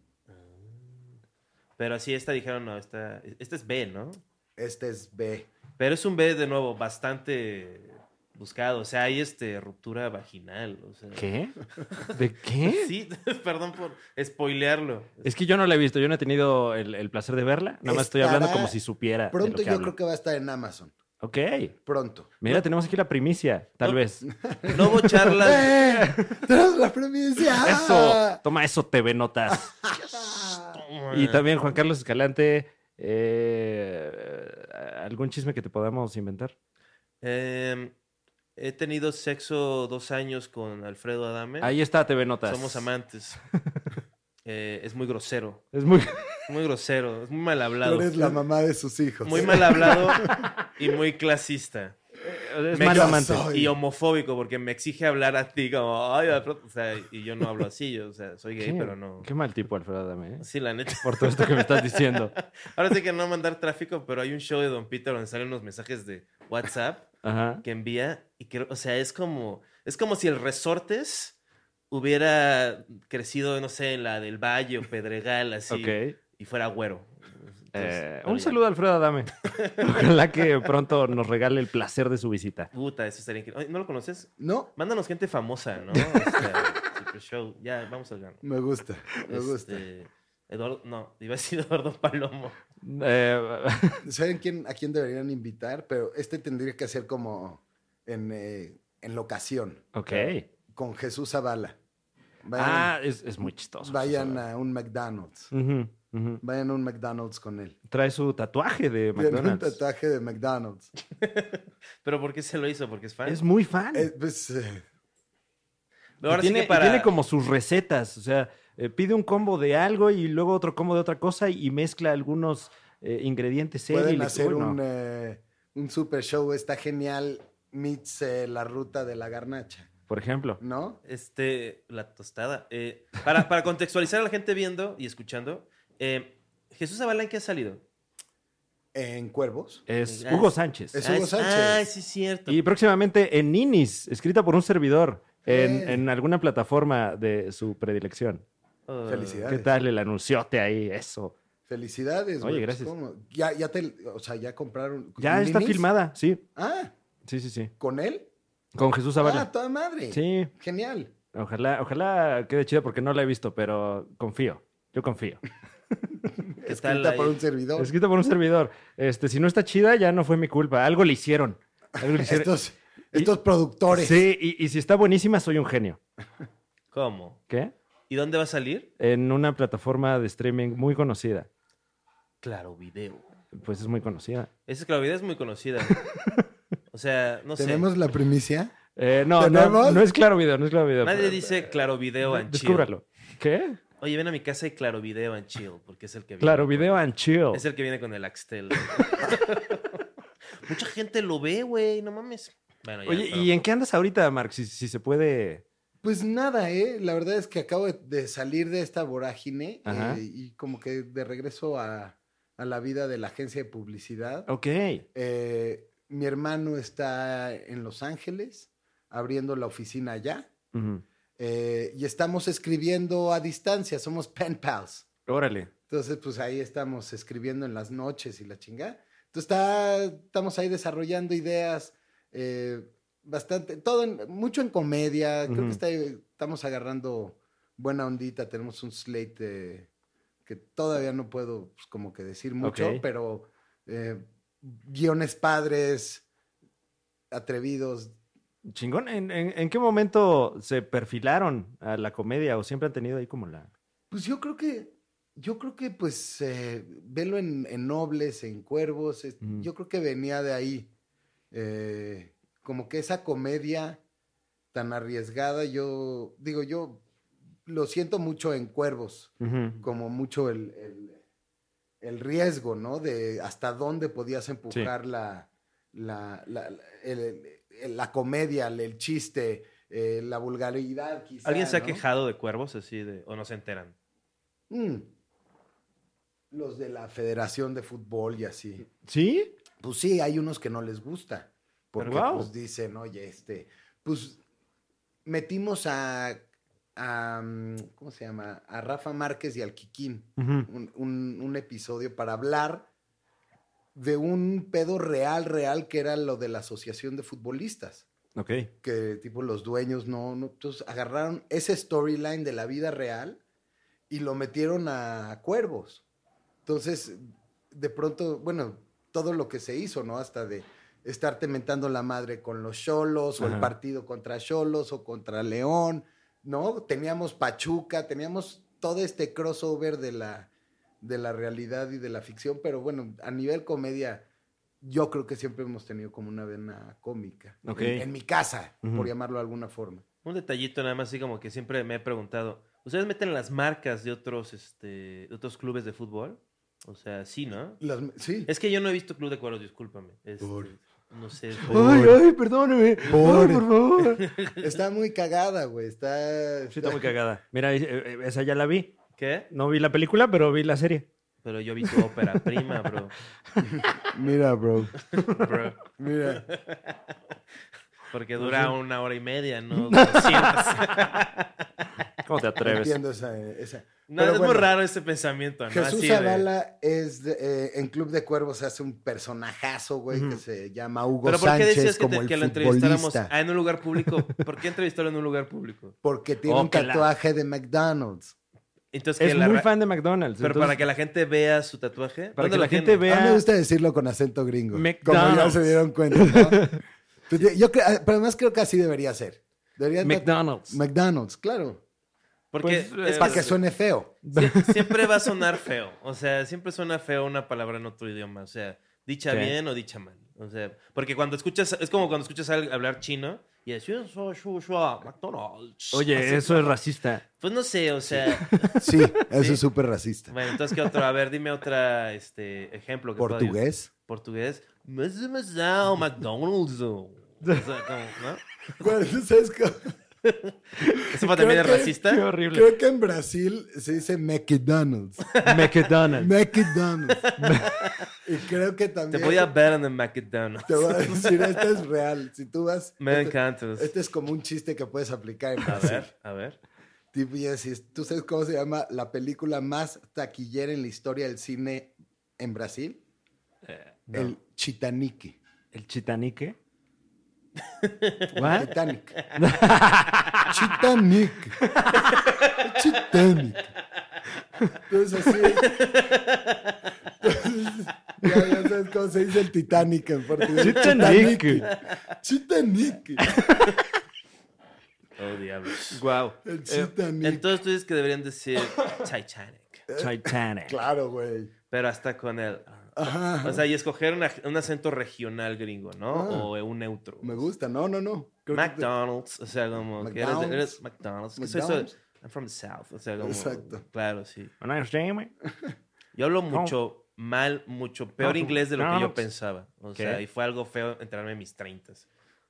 S1: Pero así esta dijeron, no, esta, esta es B, ¿no?
S2: Este es B.
S1: Pero es un B de nuevo bastante buscado. O sea, hay este ruptura vaginal. O sea.
S3: ¿Qué? ¿De qué?
S1: Sí, perdón por spoilearlo.
S3: Es que yo no la he visto, yo no he tenido el, el placer de verla, nada más estoy hablando
S2: Estará
S3: como si supiera. de lo
S2: Pronto
S3: que
S2: yo
S3: hablo.
S2: creo que va a estar en Amazon.
S3: Ok.
S2: Pronto.
S3: Mira, tenemos aquí la primicia, tal
S1: No.
S3: vez.
S1: No hubo charlas.
S2: ¡Eh! ¡Tenemos la premisa!
S3: Eso, toma eso, TV Notas. y
S1: también
S3: también Juan Carlos Escalante, eh, ¿algún chisme que te podamos inventar?
S1: Em, he tenido sexo dos años con Alfredo Adame.
S3: Ahí está TV Notas.
S1: Somos amantes. Eh, es muy grosero.
S3: Es muy...
S1: Muy grosero, es muy mal hablado.
S2: Tú eres la mamá de sus hijos.
S1: Muy mal hablado y muy clasista.
S3: Es
S1: Me-
S3: mal
S2: yo
S3: amante.
S2: soy-
S1: Y homofóbio, porque me exige hablar a ti como, ay, de pronto", o sea, y yo no hablo así, yo, o sea, soy gay,
S3: Qué-
S1: pero no.
S3: Qué mal tipo, Alfredo Adame. ¿eh?
S1: Sí, la neta.
S3: Por todo esto que me estás diciendo.
S1: Ahora sí que no mandar tráfico, pero hay un show de Don Peter donde salen unos mensajes de WhatsApp
S3: Ajá.
S1: que envía y que, o sea, es como, es como si el Resortes hubiera crecido, no sé, en la del Valle o Pedregal, así,
S3: Ok.
S1: y fuera güero. Entonces,
S3: Eh,
S1: pero
S3: un
S1: ya.
S3: saludo a Alfredo Adame. Ojalá que pronto nos regale el placer de su visita.
S1: Puta, eso estaría increíble. Oye, ¿No lo conoces?
S2: No,
S1: Mándanos gente famosa, ¿no? O sea, Super Show. Ya, vamos al grano.
S2: me gusta, me gusta.
S1: Este, Eduardo, no, iba a decir Eduardo Palomo.
S3: Eh,
S2: ¿Saben quién, a quién deberían invitar? Pero este tendría que ser como en, eh, en locación,
S3: ok.
S2: con Jesús Zavala. Vayan,
S3: Ah, es, es muy chistoso.
S2: vayan a un McDonald's.
S3: Ujú, ujú.
S2: Vayan a un McDonald's con él.
S3: Trae su tatuaje de
S2: Tiene un
S3: McDonald's. Mm.
S2: tatuaje de McDonald's.
S1: ¿Pero por qué se lo hizo? ¿Porque es fan?
S3: Es muy fan.
S2: Eh, pues, eh,
S1: Pero ahora
S3: Y
S1: sí
S3: tiene,
S1: que
S3: y
S1: para...
S3: tiene como sus recetas, o sea, eh, pide un combo de algo y luego otro combo de otra cosa y mezcla algunos eh, ingredientes. él y
S2: pueden
S3: le-
S2: hacer
S3: bueno,
S2: un, eh, un super show. Está genial. Meets eh, la ruta de la garnacha,
S3: Por ejemplo.
S2: ¿no?
S1: Este, la tostada. Eh, para, para contextualizar a la gente viendo y escuchando, eh, Jesús Zavala, ¿en qué ha salido?
S2: En Cuervos.
S3: Es
S1: Ah,
S3: Hugo
S1: es-
S3: Sánchez.
S2: Es
S1: Ah,
S2: Hugo Sánchez.
S1: Ah, sí, es cierto.
S3: Y próximamente en Ninis, escrita por un servidor, en,
S2: Eh.
S3: en alguna plataforma de su predilección.
S1: Ah,
S2: Felicidades.
S3: ¿Qué tal el anunciote ahí? Eso.
S2: Felicidades, güey.
S3: Oye,
S2: Pues,
S3: gracias.
S2: ¿cómo? Ya, ya te, o sea, ya compraron.
S3: Ya está
S2: ¿Ninis?
S3: filmada, sí.
S2: Ah,
S3: Sí, sí, sí.
S2: ¿con él?
S3: Con Jesús Zavala.
S2: Ah, toda madre.
S3: sí,
S2: Genial.
S3: ojalá, ojalá quede chida porque no la he visto, pero confío. Yo confío.
S1: ¿Qué tal
S2: Escrita
S1: ahí?
S2: por un servidor.
S3: Escrita por un servidor. Este, si no está chida, ya no fue mi culpa. Algo le hicieron. Algo le hicieron.
S2: Estos, estos productores.
S3: Sí, y, y si está buenísima, soy un genio.
S1: ¿Cómo?
S3: ¿Qué?
S1: ¿Y dónde va a salir?
S3: En una plataforma de streaming muy conocida.
S1: Claro, video.
S3: Pues es muy conocida.
S1: Esa Claro Video es muy conocida. O sea, no sé.
S2: ¿Tenemos la primicia?
S3: Eh, no, no,
S2: ¿Tenemos?
S3: no es claro video, no es claro video.
S1: Nadie
S3: Pero-
S1: dice Claro Video and Chill.
S3: Descúbralo. ¿Qué?
S1: Oye, ven a mi casa y Claro Video and Chill, porque es el que viene.
S3: Claro, video and chill.
S1: Es el que viene con el Axtel. Mucha gente lo ve, güey, no mames. Bueno, ya,
S3: Oye,
S1: pero-
S3: ¿y en qué andas ahorita, Mark? Si, si se puede.
S2: Pues nada, ¿eh? La verdad es que acabo de- de salir de esta vorágine
S3: Ajá.
S2: eh, y como que de regreso a, a la vida de la agencia de publicidad.
S3: Ok.
S2: Eh, mi hermano está en Los Ángeles abriendo la oficina allá
S3: Ujú.
S2: eh, y estamos escribiendo a distancia, somos pen pals.
S3: Órale.
S2: Entonces, pues ahí estamos escribiendo en las noches y la chingada. Entonces, está, estamos ahí desarrollando ideas, eh, bastante, todo, en- mucho en comedia. Creo
S3: Ujú.
S2: que está- estamos agarrando buena ondita. Tenemos un slate eh, que todavía no puedo, pues, como que decir mucho,
S3: Ok.
S2: pero eh, guiones padres, atrevidos.
S3: Chingón. ¿En, en, en qué momento se perfilaron a la comedia o siempre han tenido ahí como la.
S2: Pues yo creo que, yo creo que, pues, eh, velo en, en Nobles, en Cuervos, es-
S3: Ujú.
S2: yo creo que venía de ahí. Eh, como que esa comedia tan arriesgada, yo, digo, yo lo siento mucho en Cuervos,
S3: Ujú.
S2: como mucho el, el- el riesgo, ¿no? De hasta dónde podías empujar la, la, la- la- el- el- la comedia, el, el chiste, eh, la vulgaridad, quizá.
S1: ¿Alguien se ha
S2: ¿no?
S1: quejado de cuervos así de o no se enteran?
S2: Mm. Los de la Federación de Fútbol y así.
S3: ¿Sí?
S2: Pues sí, hay unos que no les gusta. Porque
S3: Pero guau.
S2: pues dicen, oye, este, pues metimos a, a, mm, ¿cómo se llama? A Rafa Márquez y al Kikín
S3: Ujú.
S2: un, un- un episodio para hablar de un pedo real, real, que era lo de la Asociación de Futbolistas
S3: Ok.
S2: que tipo los dueños no, no entonces agarraron ese storyline de la vida real y lo metieron a, cuervos. Entonces, de pronto, bueno, todo lo que se hizo, ¿no? Hasta de estarte mentando la madre con los cholos o el
S3: Ajá.
S2: partido contra cholos o contra León, ¿no? Teníamos Pachuca, teníamos todo este crossover de la de la realidad y de la ficción, pero bueno, a nivel comedia yo creo que siempre hemos tenido como una vena cómica.
S3: Ok.
S2: En- en mi casa,
S3: Ujú.
S2: por llamarlo de alguna forma.
S1: Un detallito nada más así como que siempre me he preguntado, ¿Ustedes meten las marcas de otros, este, de otros clubes de fútbol? O sea, sí, ¿no?
S2: Las- sí.
S1: Es que yo no he visto Club de Cueros, discúlpame. Este,
S2: Por-
S1: No sé.
S3: Ay, ay, perdóneme.
S2: Por-
S3: Ay, por favor.
S2: Está muy cagada, güey. Está.
S3: Sí, está muy cagada. Mira, eh, eh, esa ya la vi.
S1: ¿Qué?
S3: No vi la película, pero vi la serie.
S1: Pero yo vi tu ópera prima, bro.
S2: Mira, bro.
S1: Bro.
S2: Mira.
S1: Porque dura una hora y media, ¿no? 200.
S3: ¿Cómo te
S2: No
S3: atreves?
S2: entiendo esa. esa.
S1: No,
S2: Pero
S1: es
S2: bueno,
S1: muy raro ese pensamiento, ¿no?
S2: Jesús
S1: Así de-
S2: Zavala es de- eh, en Club de Cuervos hace un personajazo, güey, que se llama Hugo
S1: Pero ¿por qué
S2: Sánchez
S1: decías que, te-
S2: como el
S1: que lo entrevistáramos
S2: futbolista.
S1: ah, en un lugar público? ¿Por qué entrevistarlo en un lugar público?
S2: Porque tiene
S3: Oh,
S2: un
S3: que la-
S2: tatuaje de McDonald's.
S1: Entonces,
S3: Es
S1: que la
S3: muy
S1: ra-
S3: fan de McDonald's.
S1: Pero
S3: entonces,
S1: para que la gente vea su tatuaje. ¿dónde
S3: para que la
S1: lo
S3: gente
S2: A
S1: tiene?
S2: mí me
S3: vea...
S2: gusta decirlo con acento gringo. Como ya
S3: McDonald's.
S2: se dieron cuenta, ¿no? Tú tie- Yo cre- ah, pero además creo que así debería ser. Debería
S3: McDonald's.
S2: McDonald's, claro.
S1: Porque
S3: Pues,
S1: es-
S2: Para que suene feo.
S1: sie- siempre va a sonar feo. O sea, siempre suena feo una palabra en otro idioma. O sea, dicha
S3: Sí.
S1: bien o dicha mal. O sea, porque cuando escuchas, es como cuando escuchas al- hablar chino y es "Yo soy Shu Shu a McDonald's. Así.
S3: Oye, eso es racista.
S1: Pues no sé, o sea.
S2: Sí, eso
S1: Sí.
S2: es súper racista.
S1: Bueno, entonces, ¿qué otro? A ver, dime otra este, ejemplo. Que pueda yo-
S2: ¿Portugués?
S1: Portugués. Mas- mas- ah, McDonald's. O sea, como, ¿no?
S2: Bueno, ¿sabes cómo?
S1: ¿Eso fue también
S2: Creo
S1: es
S2: que-
S1: racista?
S3: Qué horrible.
S2: Creo que en Brasil se dice McDonald's.
S3: McDonald's.
S2: McDonald's. y creo que
S1: Te
S2: también.
S1: voy a ver en el McDonald's.
S2: te voy a decir, esto es real. Si tú vas.
S1: Me
S2: este-
S1: encanta.
S2: Este es como un chiste que puedes aplicar en
S1: A
S2: Brasil.
S1: ver, a ver.
S2: Tipo, y decís, ¿tú sabes cómo se llama la película más taquillera en la historia del cine en Brasil?
S1: Eh,
S3: no.
S2: El Titanic.
S3: ¿El chitanique? ¿What?
S2: Titanic. Titanic. Titanic. Entonces así. Entonces, ya, ya sabes cómo se dice el Titanic en portugués.
S3: Titanic.
S2: Titanic.
S1: Oh, diablos.
S3: Wow.
S2: El Titanic.
S1: Eh, Entonces tú dices que deberían decir Titanic,
S3: Titanic.
S2: claro, güey.
S1: pero hasta con el...
S2: Ajá.
S1: O sea, y escoger una- un acento regional gringo, ¿no?
S2: Ah.
S1: O un neutro.
S2: Me gusta. No, no, no. Creo que-
S1: McDonald's, o sea, como que eres,
S2: McDonald's.
S1: eres McDonald's. que soy- soy-
S2: McDonald's.
S1: I'm from the South, o sea, como...
S2: Exacto.
S1: Claro, sí.
S3: Bueno, es Jamie.
S1: Yo hablo mucho mal, mucho peor
S3: No,
S1: inglés de lo que yo
S3: McDonald's.
S1: pensaba. O
S3: ¿Qué?
S1: sea, y fue algo feo enterarme en mis 30.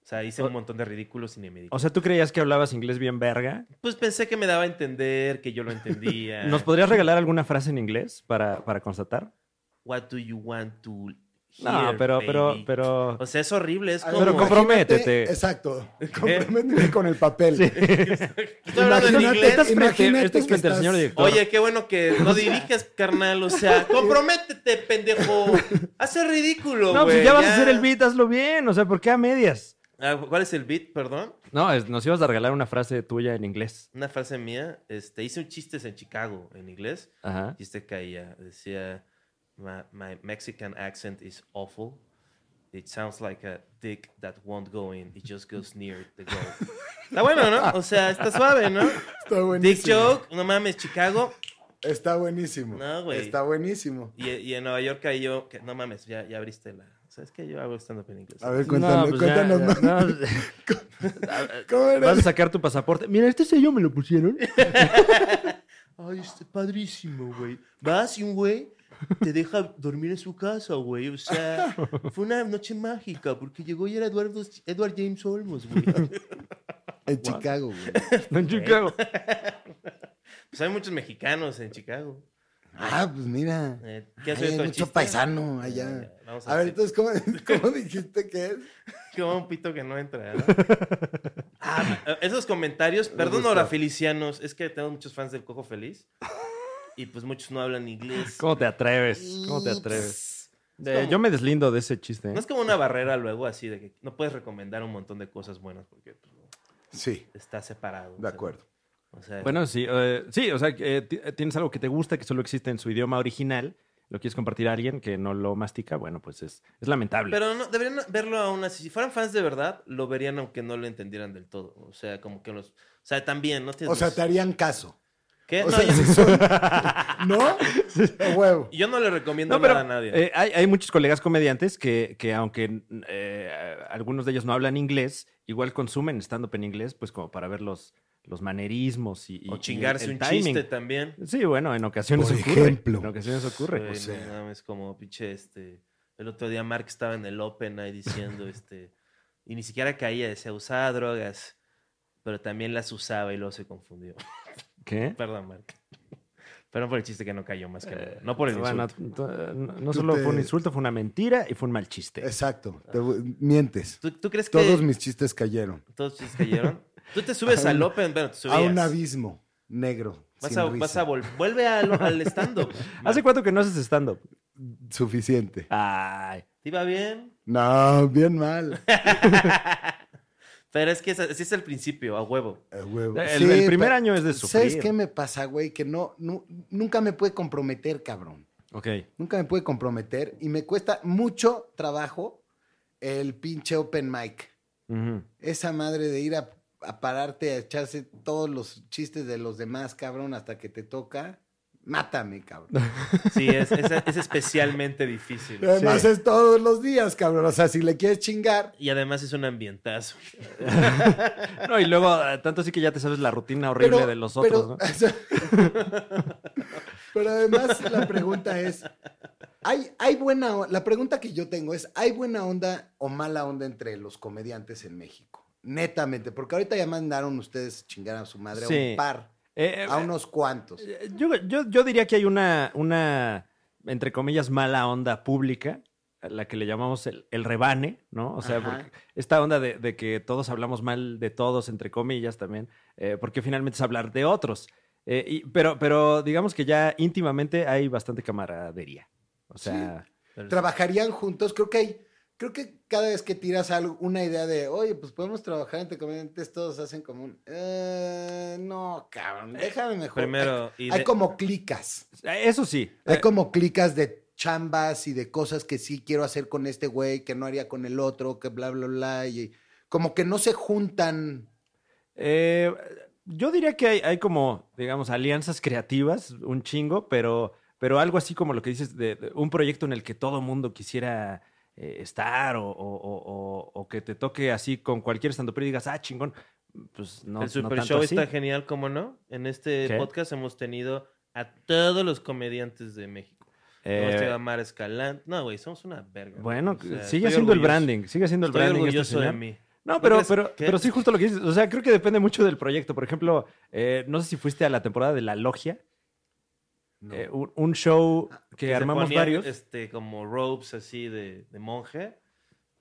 S1: O sea, hice un montón de ridículos y ni me di
S3: O sea, ¿tú creías que hablabas inglés bien verga?
S1: Pues pensé que me daba a entender, que yo lo entendía.
S3: ¿Nos podrías regalar alguna frase en inglés para, para constatar?
S1: What do you want to
S3: No,
S1: hear,
S3: pero, pero,
S1: baby?
S3: pero...
S1: O sea, es horrible, es
S2: A
S1: como...
S2: ver,
S3: Pero
S2: imagínate-
S3: comprométete.
S2: Exacto. Comprométete con el papel.
S1: Estoy hablando en
S2: imagínate-
S1: inglés.
S3: Estás frente,
S2: Imagínate
S3: estás
S2: que
S3: frente al
S2: estás-
S3: señor director.
S1: Oye, qué bueno que no diriges, carnal. O sea, comprométete, pendejo. Hace ridículo,
S3: no,
S1: güey,
S3: pues ya vas a hacer el beat, hazlo bien. O sea, ¿por qué a medias?
S1: Ah, ¿Cuál es el beat, perdón?
S3: No, es- nos ibas a regalar una frase tuya en inglés.
S1: Una frase mía. Este, hice un chiste en Chicago, en inglés.
S3: Ajá.
S1: Chiste caía. Decía, my, my Mexican accent is awful. It sounds like a dick that won't go in. It just goes near the goal. Está bueno, ¿no? O sea, está suave, ¿no?
S2: Está buenísimo.
S1: Dick joke, no mames, Chicago.
S2: Está buenísimo.
S1: No, güey.
S2: Está buenísimo.
S1: Y, y en Nueva York ahí yo, que, no mames, ya, ya abriste la... ¿Sabes qué? Yo hago stand-up en inglés.
S2: A ver,
S3: No,
S2: cuéntanos,
S3: pues ya,
S2: cuéntanos
S3: ya,
S2: más.
S3: no.
S2: ¿Cómo era?
S3: Vas a sacar tu pasaporte. Mira, este sello me lo pusieron.
S1: Ay, está padrísimo, güey. Vas y un güey te deja dormir en su casa, güey. O sea, fue una noche mágica porque llegó y era Eduardo, Edward James Olmos, güey.
S2: En Chicago, güey.
S3: en Chicago.
S1: Pues hay muchos mexicanos en Chicago.
S2: Ah, pues mira.
S1: Eh, ¿Qué
S2: Ay,
S1: hace
S2: hay
S1: otro
S2: mucho
S1: chiste?
S2: paisano
S1: Eh,
S2: allá.
S1: Vamos
S2: A
S1: a,
S2: ver,
S1: ver,
S2: entonces, ¿cómo, cómo dijiste que es?
S1: como un pito que no entra. ¿no? Ah, eh, esos comentarios, perdón,
S2: gusta.
S1: ahora felicianos, es que tengo muchos fans del Cojo Feliz y pues muchos no hablan inglés.
S3: ¿Cómo te atreves? ¿Cómo te atreves? Eh,
S1: como-
S3: yo me deslindo de ese chiste. ¿eh?
S1: No es como una barrera luego así de que no puedes recomendar un montón de cosas buenas porque pues,
S2: Sí,
S1: está separado. o
S2: de
S1: sea,
S2: acuerdo.
S1: o sea,
S3: Bueno, sí, eh, sí, o sea, que, eh, ti- eh, tienes algo que te gusta, que solo existe en su idioma original, lo quieres compartir a alguien que no lo mastica, bueno, pues es, es lamentable.
S1: pero no, deberían verlo aún así. Si fueran fans de verdad, lo verían aunque no lo entendieran del todo. O sea, como que los. O sea, también, ¿no?
S2: O
S1: Tienes-
S2: sea, te harían caso.
S1: ¿Qué?
S2: O
S1: pues. Eh, No, yo,
S2: sea, si son- ¿No? A huevo.
S1: yo no le recomiendo
S3: No, pero,
S1: nada a nadie.
S3: eh, hay, hay muchos colegas comediantes que, que aunque eh, algunos de ellos no hablan inglés, igual consumen stand-up en inglés, pues como para ver los, los manerismos y, y-
S1: O
S3: y
S1: chingarse
S3: el
S1: un
S3: timing.
S1: chiste también.
S3: Sí, bueno, en ocasiones
S2: Por
S3: ocurre.
S2: ejemplo.
S3: En ocasiones ocurre.
S1: Güey,
S2: o sea.
S1: no mames, como pinche este. El otro día Mark estaba en el Open ahí diciendo este. Y ni siquiera caía, decía, usaba drogas, pero también las usaba y luego se confundió.
S3: ¿Qué?
S1: Perdón, Mark. Perdón por el chiste que no cayó más que
S2: Eh,
S1: nada. No por el
S3: Bueno,
S1: insulto.
S3: t- no, no
S2: Tú
S3: solo
S2: te-
S3: fue un insulto, fue una mentira y fue un mal chiste.
S2: Exacto, te- mientes.
S1: ¿Tú, tú crees que
S2: Todos mis chistes cayeron.
S1: todos los chistes cayeron? Tú te subes
S2: A
S1: al
S2: un-
S1: Open, bueno, te subías.
S2: A un abismo negro.
S1: Vas
S2: sin
S1: a,
S2: risa.
S1: vas a vol- vuelve al, al stand-up.
S3: ¿Hace
S1: Mark.
S3: cuánto que no haces stand-up?
S2: Suficiente.
S3: Ay,
S1: ¿Te iba bien?
S2: No, bien mal.
S1: Pero es que es- así es el principio, a huevo.
S2: A huevo.
S3: el,
S2: Sí,
S3: el primer
S2: pero-
S3: año es de sufrir.
S2: Pues, ¿Sabes qué me pasa, güey? Que no, nu- nunca me puede comprometer, cabrón.
S3: Ok.
S2: Nunca me puede comprometer y me cuesta mucho trabajo el pinche open mic.
S3: Ujú.
S2: Esa madre de ir a, a pararte a echarse todos los chistes de los demás, cabrón, hasta que te toca. Mátame, cabrón.
S1: Sí, es, es, es especialmente difícil.
S2: Pero Además es todos los días, cabrón. O sea, si le quieres chingar,
S1: Y además es un ambientazo.
S3: No, y luego, eh, tanto así que ya te sabes la rutina horrible de los otros, ¿no?
S2: pero- pero además la pregunta es, ¿hay, hay buena o- La pregunta que yo tengo es, ¿hay buena onda o mala onda entre los comediantes en México? Netamente, porque ahorita ya mandaron ustedes a chingar a su madre a
S3: Sí.
S2: un par,
S3: Eh,
S2: a unos cuantos.
S3: eh, yo, yo- yo diría que hay una, una, entre comillas, mala onda pública, a la que le llamamos el, el rebane, ¿no? O sea,
S2: Ajá.
S3: porque esta onda de, de que todos hablamos mal de todos, entre comillas también, eh, porque finalmente es hablar de otros. Eh, y- pero, pero digamos que ya íntimamente hay bastante camaradería. O sea,
S1: Pero-
S2: Trabajarían juntos, creo que hay... Creo que cada vez que tiras algo, una idea de, oye, pues podemos trabajar entre comediantes, todos hacen como un, "Eh, no, cabrón, déjame mejor.
S1: Primero,
S2: eh, hay,
S1: y
S2: hay
S1: de-
S2: como clicas.
S3: eso sí.
S2: Hay
S4: Eh,
S2: como clicas de chambas y de cosas que sí quiero hacer con este güey, que no haría con el otro, que bla, bla, bla. Y como que no se juntan.
S3: Eh, yo diría que hay, hay como, digamos, alianzas creativas, un chingo, pero, pero algo así como lo que dices, de, de un proyecto en el que todo mundo quisiera eh, estar o, o- o- o- o que te toque así con cualquier stand y digas, ah, chingón, pues no.
S1: el
S3: no
S1: Super
S3: tanto
S1: Show
S3: así.
S1: está genial, ¿cómo no? En este
S3: ¿Qué?
S1: podcast hemos tenido a todos los comediantes de México.
S3: Eh,
S1: Hemos tenido a Mar Escalante. No, güey, somos una verga. güey.
S3: bueno,
S1: O sea,
S3: sigue
S1: estoy
S3: haciendo el
S1: orgulloso.
S3: branding, sigue haciendo el
S1: Estoy
S3: branding. este
S1: orgulloso de
S3: señor.
S1: mí.
S3: No,
S1: ¿No
S3: pero,
S1: crees
S3: pero,
S1: que-
S3: pero sí, justo lo que dices. O sea, creo que depende mucho del proyecto. Por ejemplo, eh, no sé si fuiste a la temporada de La Logia, eh, un, un show que,
S1: Ah, se
S3: armamos
S1: ponían,
S3: varios.
S1: Este, como robes así de, de monje.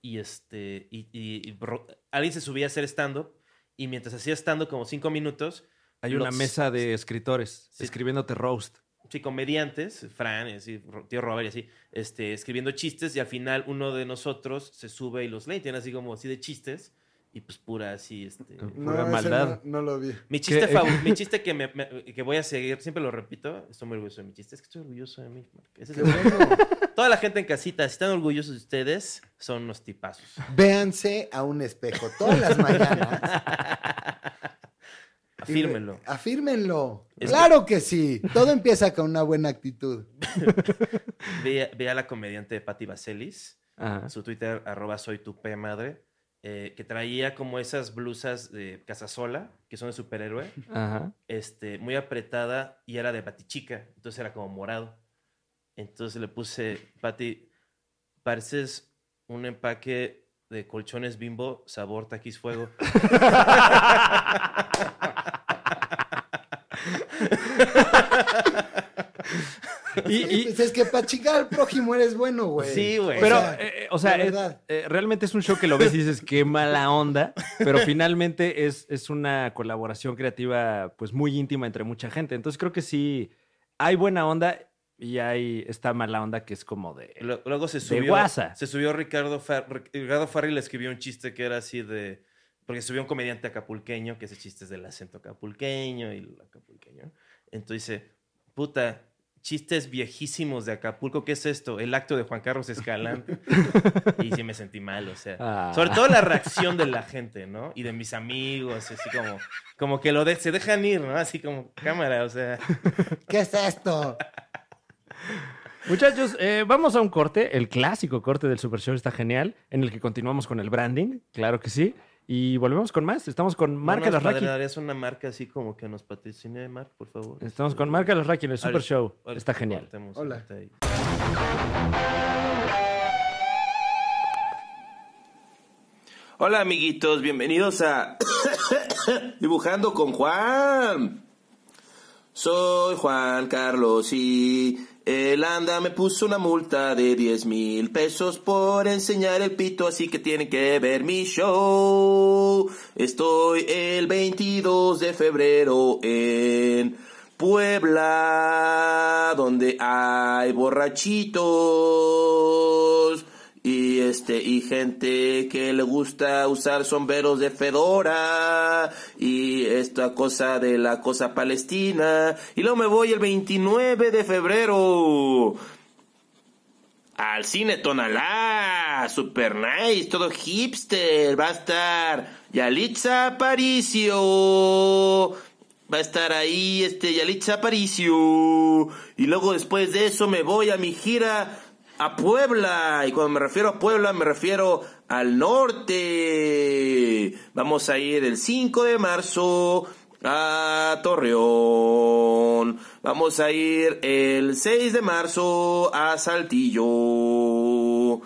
S1: Y este. Y, y- y ro- alguien se subía a hacer stand-up. Y mientras hacía stand-up como cinco minutos,
S3: Hay una
S1: Los-
S3: mesa de escritores
S1: Sí.
S3: escribiéndote roast.
S1: sí, comediantes, Fran, y así, Ro- tío Robert y así, este, escribiendo chistes y al final uno de nosotros se sube y los lee, y tiene así como así de chistes y pues pura así, este...
S3: Pura
S2: ese
S3: maldad.
S2: No, no lo vi.
S1: Mi chiste,
S3: ¿Qué?
S1: fav- mi chiste que, me- me- que voy a seguir, siempre lo repito, estoy muy orgulloso de mi chiste, es que estoy orgulloso de mí. Mark. Ese es
S2: Qué
S1: el-
S2: bueno.
S1: Toda la gente en casita, si están orgullosos de ustedes, son unos tipazos.
S2: Véanse a un espejo todas las mañanas. y ve-
S1: Afírmenlo.
S2: Afírmenlo.
S1: Es que-
S2: claro que sí. Todo empieza con una buena actitud.
S1: Ve, ve a la comediante Patti Vaselis.
S3: Ajá.
S1: su Twitter, arroba soy tu P madre, eh, que traía como esas blusas de Casasola, que son de superhéroe,
S3: Ajá.
S1: este, muy apretada y era de Batichica, entonces era como morado. Entonces le puse, Pati, pareces un empaque de colchones bimbo, sabor taquis fuego.
S3: Y, y-
S2: Pues es que para chingar al prójimo eres bueno, güey.
S1: Sí, güey.
S2: O
S3: pero,
S2: sea,
S3: eh, eh, o sea,
S2: la
S3: es-
S2: verdad.
S3: eh, realmente es un show que lo ves y dices, qué mala onda, pero finalmente es, es una colaboración creativa pues muy íntima entre mucha gente. Entonces creo que sí, hay buena onda y hay esta mala onda que es como de...
S1: Lo- Luego se
S3: De
S1: subió.
S3: guasa.
S1: Se subió Ricardo Farri. Ricardo Farri le escribió un chiste que era así de. Porque subió un comediante acapulqueño, que ese chiste es del acento acapulqueño y el acapulqueño. Entonces dice: puta, chistes viejísimos de Acapulco, ¿qué es esto? El acto de Juan Carlos Escalante. y sí me sentí mal, o sea.
S3: Ah.
S1: Sobre todo la reacción de la gente, ¿no? Y de mis amigos, así como, como que lo de- se dejan ir, ¿no? Así como cámara, o sea.
S2: ¿Qué es esto?
S3: Muchachos, eh, vamos a un corte, el clásico corte del Super Show está genial, en el que continuamos con el branding, claro que sí. Y volvemos con más. Estamos con Marca
S1: ¿No
S3: Las
S1: nos
S3: Raki.
S1: darías una marca así como que nos patrocine, Mark, por favor?
S3: Estamos con Marca Las Raki en el Super
S1: Ahorita-
S3: Show.
S1: ahorita
S3: Está genial.
S1: cortemos
S2: Hola.
S1: ahorita ahí.
S5: Hola amiguitos, bienvenidos a Dibujando con Juan. Soy Juan Carlos y el anda me puso una multa de 10 mil pesos por enseñar el pito, así que tienen que ver mi show. Estoy el 22 de febrero en Puebla, donde hay borrachitos y este y gente que le gusta usar sombreros de fedora y esta cosa de la cosa palestina y luego me voy el 29 de febrero al cine Tonalá, super nice, todo hipster, va a estar Yalitza Aparicio, va a estar ahí este Yalitza Aparicio, y luego después de eso me voy a mi gira a Puebla, y cuando me refiero a Puebla me refiero al norte, vamos a ir el 5 de marzo a Torreón. Vamos a ir el 6 de marzo a Saltillo.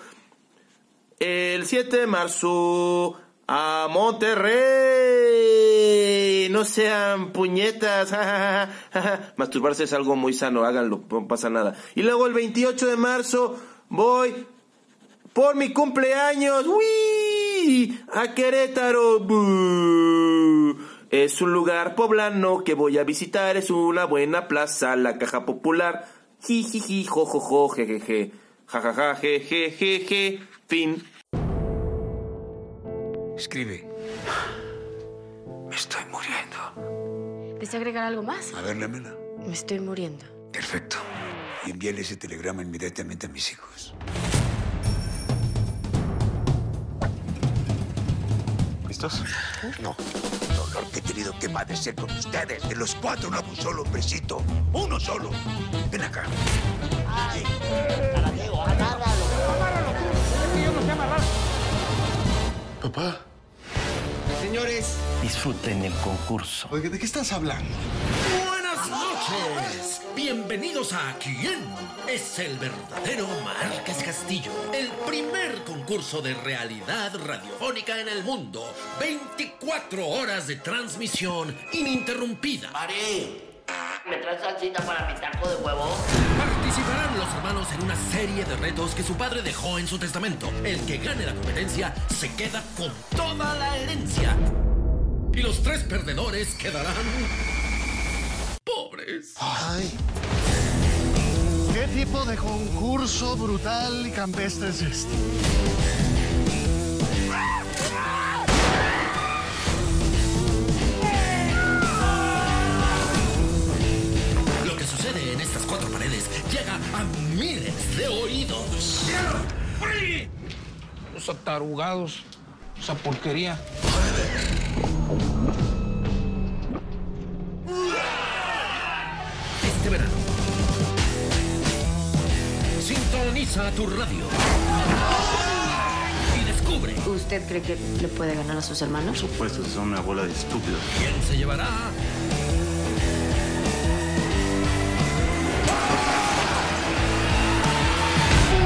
S5: El 7 de marzo a Monterrey. No sean puñetas. Masturbarse es algo muy sano, háganlo, no pasa nada. Y luego el 28 de marzo voy por mi cumpleaños. ¡Uy! A Querétaro. ¡Bú! Es un lugar poblano que voy a visitar. Es una buena plaza, la caja popular. Jijiji, jojojo, jejeje. Jajaja, jejejeje. Fin.
S6: Escribe. Me estoy muriendo.
S7: ¿Desea agregar algo más?
S6: A ver, lémela.
S7: Me estoy muriendo.
S6: Perfecto. Y envíale ese telegrama inmediatamente a mis hijos. ¿Listos? No. El Dolor que he tenido que padecer con ustedes. De los cuatro no hubo un solo hombrecito. Uno solo. Ven acá.
S4: Papá,
S8: Señores,
S9: Disfruten el concurso.
S4: oiga, ¿de qué estás hablando?
S8: buenas noches. Bienvenidos a ¿Quién es el verdadero Márquez Castillo? El primer concurso de realidad radiofónica en el mundo. 24 horas de transmisión ininterrumpida.
S10: ¿Me traes salsita para mi taco de huevo?
S8: Participarán los hermanos en una serie de retos que su padre dejó en su testamento. El que gane la competencia se queda con toda la herencia. Y los tres perdedores quedarán... pobres.
S4: Ay. ¿Qué tipo de concurso brutal y campestre es este?
S8: Lo que sucede en estas cuatro paredes llega a miles de oídos.
S6: Los atarugados. Esa porquería.
S8: Este verano. Sintoniza tu radio. Y descubre
S7: ¿Usted cree que le puede ganar a sus hermanos?
S9: Supuestos son una bola de estúpidos.
S8: quién se llevará.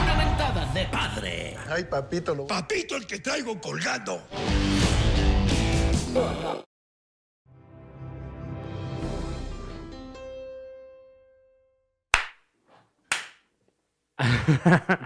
S8: Una mentada de padre.
S4: Ay, papito, lo...
S6: Papito, el que traigo colgando.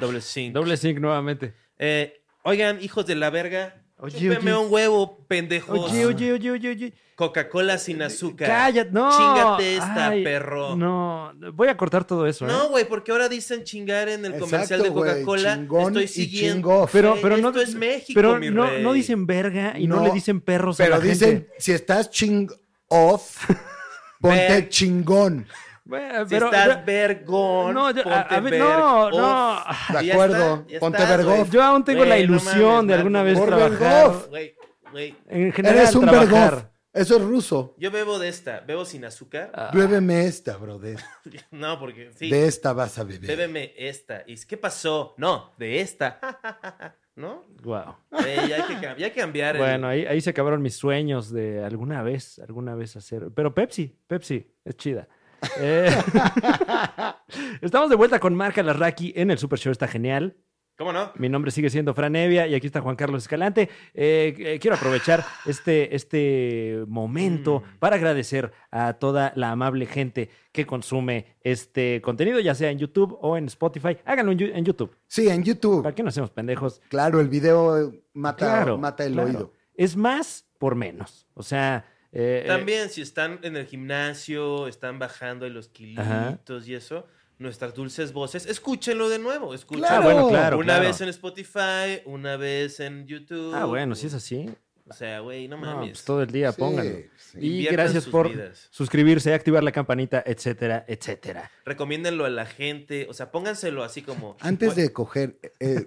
S1: Doble cinco.
S3: Doble sync nuevamente.
S1: Eh, oigan, hijos de la verga.
S3: Oye,
S1: Chúpenme
S3: oye.
S1: un huevo, pendejos.
S3: Oye, oye, oye, oye, oye.
S1: Coca-Cola sin azúcar.
S3: Cállate, no.
S1: Chíngate esta,
S3: Ay,
S1: perro.
S3: No, voy a cortar todo eso. ¿eh?
S1: No, güey, porque ahora dicen chingar en el
S2: Exacto,
S1: comercial de
S2: güey,
S1: Coca-Cola.
S2: chingón
S1: Estoy
S2: y
S1: siguiendo.
S2: chingo.
S3: Pero,
S1: Güey,
S3: pero no,
S1: esto es México,
S3: pero
S1: mi
S3: no,
S1: rey.
S3: no dicen verga y no,
S2: No,
S3: le dicen perros a
S2: Pero
S3: la
S2: dicen,
S3: gente.
S2: si estás ching off, ponte
S1: Ver.
S2: chingón.
S3: Bueno,
S1: Si
S3: pero-
S1: estás
S3: pero-
S1: vergón,
S3: no, yo-
S1: ponte
S3: a- a ver,
S1: ver-
S3: no,
S1: off.
S3: no.
S1: Y
S2: De
S1: ya
S2: acuerdo,
S1: está, ya
S2: ponte
S1: está,
S2: vergón.
S1: güey.
S3: Yo aún tengo
S1: Güey,
S3: la
S1: no
S3: ilusión
S1: mames,
S3: de alguna vez
S1: Marco.
S2: Por
S3: trabajar.
S2: vergof.
S1: Güey, güey.
S3: En general,
S2: Eres un
S3: trabajar.
S2: vergof. Eso es ruso.
S1: Yo bebo de esta, bebo sin azúcar.
S3: Ah.
S2: Bébeme esta, bro. De,
S1: No, porque sí.
S2: de esta vas a beber.
S1: Bébeme esta. ¿Y qué pasó? No, de esta. ¿no?
S3: Wow.
S1: Eh, ya, hay que, cam- ya hay que cambiar. el-
S3: Bueno, ahí, ahí se acabaron mis sueños de alguna vez, alguna vez hacer. Pero Pepsi, Pepsi, es chida. Eh, Estamos de vuelta con Marca Larraqui en el Super Show, está genial.
S1: ¿Cómo no?
S3: Mi nombre sigue siendo Fran Evia y aquí está Juan Carlos Escalante. Eh, eh, quiero aprovechar este, este momento
S2: Mm.
S3: para agradecer a toda la amable gente que consume este contenido, ya sea en YouTube o en Spotify. Háganlo en, Yu- en YouTube.
S2: Sí, en YouTube.
S3: ¿Para qué nos hacemos pendejos?
S2: Claro, el video mata,
S3: Claro,
S2: mata el
S3: claro.
S2: oído.
S3: Es más por menos. O sea, eh,
S1: También, si están en el gimnasio, están bajando los kilitos
S3: Ajá.
S1: y eso, nuestras dulces voces, escúchenlo de nuevo. Escúchenlo.
S3: Ah, bueno, claro,
S1: una
S3: claro.
S1: vez en Spotify, una vez en YouTube.
S3: Ah, bueno, si es así.
S1: O sea, güey, no
S3: No,
S1: mames.
S3: pues todo el día,
S2: Sí,
S3: pónganlo.
S2: sí.
S3: Y
S1: Inviertan
S3: gracias
S1: sus
S3: por
S1: vidas.
S3: suscribirse, activar la campanita, etcétera, etcétera.
S1: Recomiéndenlo a la gente. O sea, pónganselo así como.
S2: Antes de coger, eh,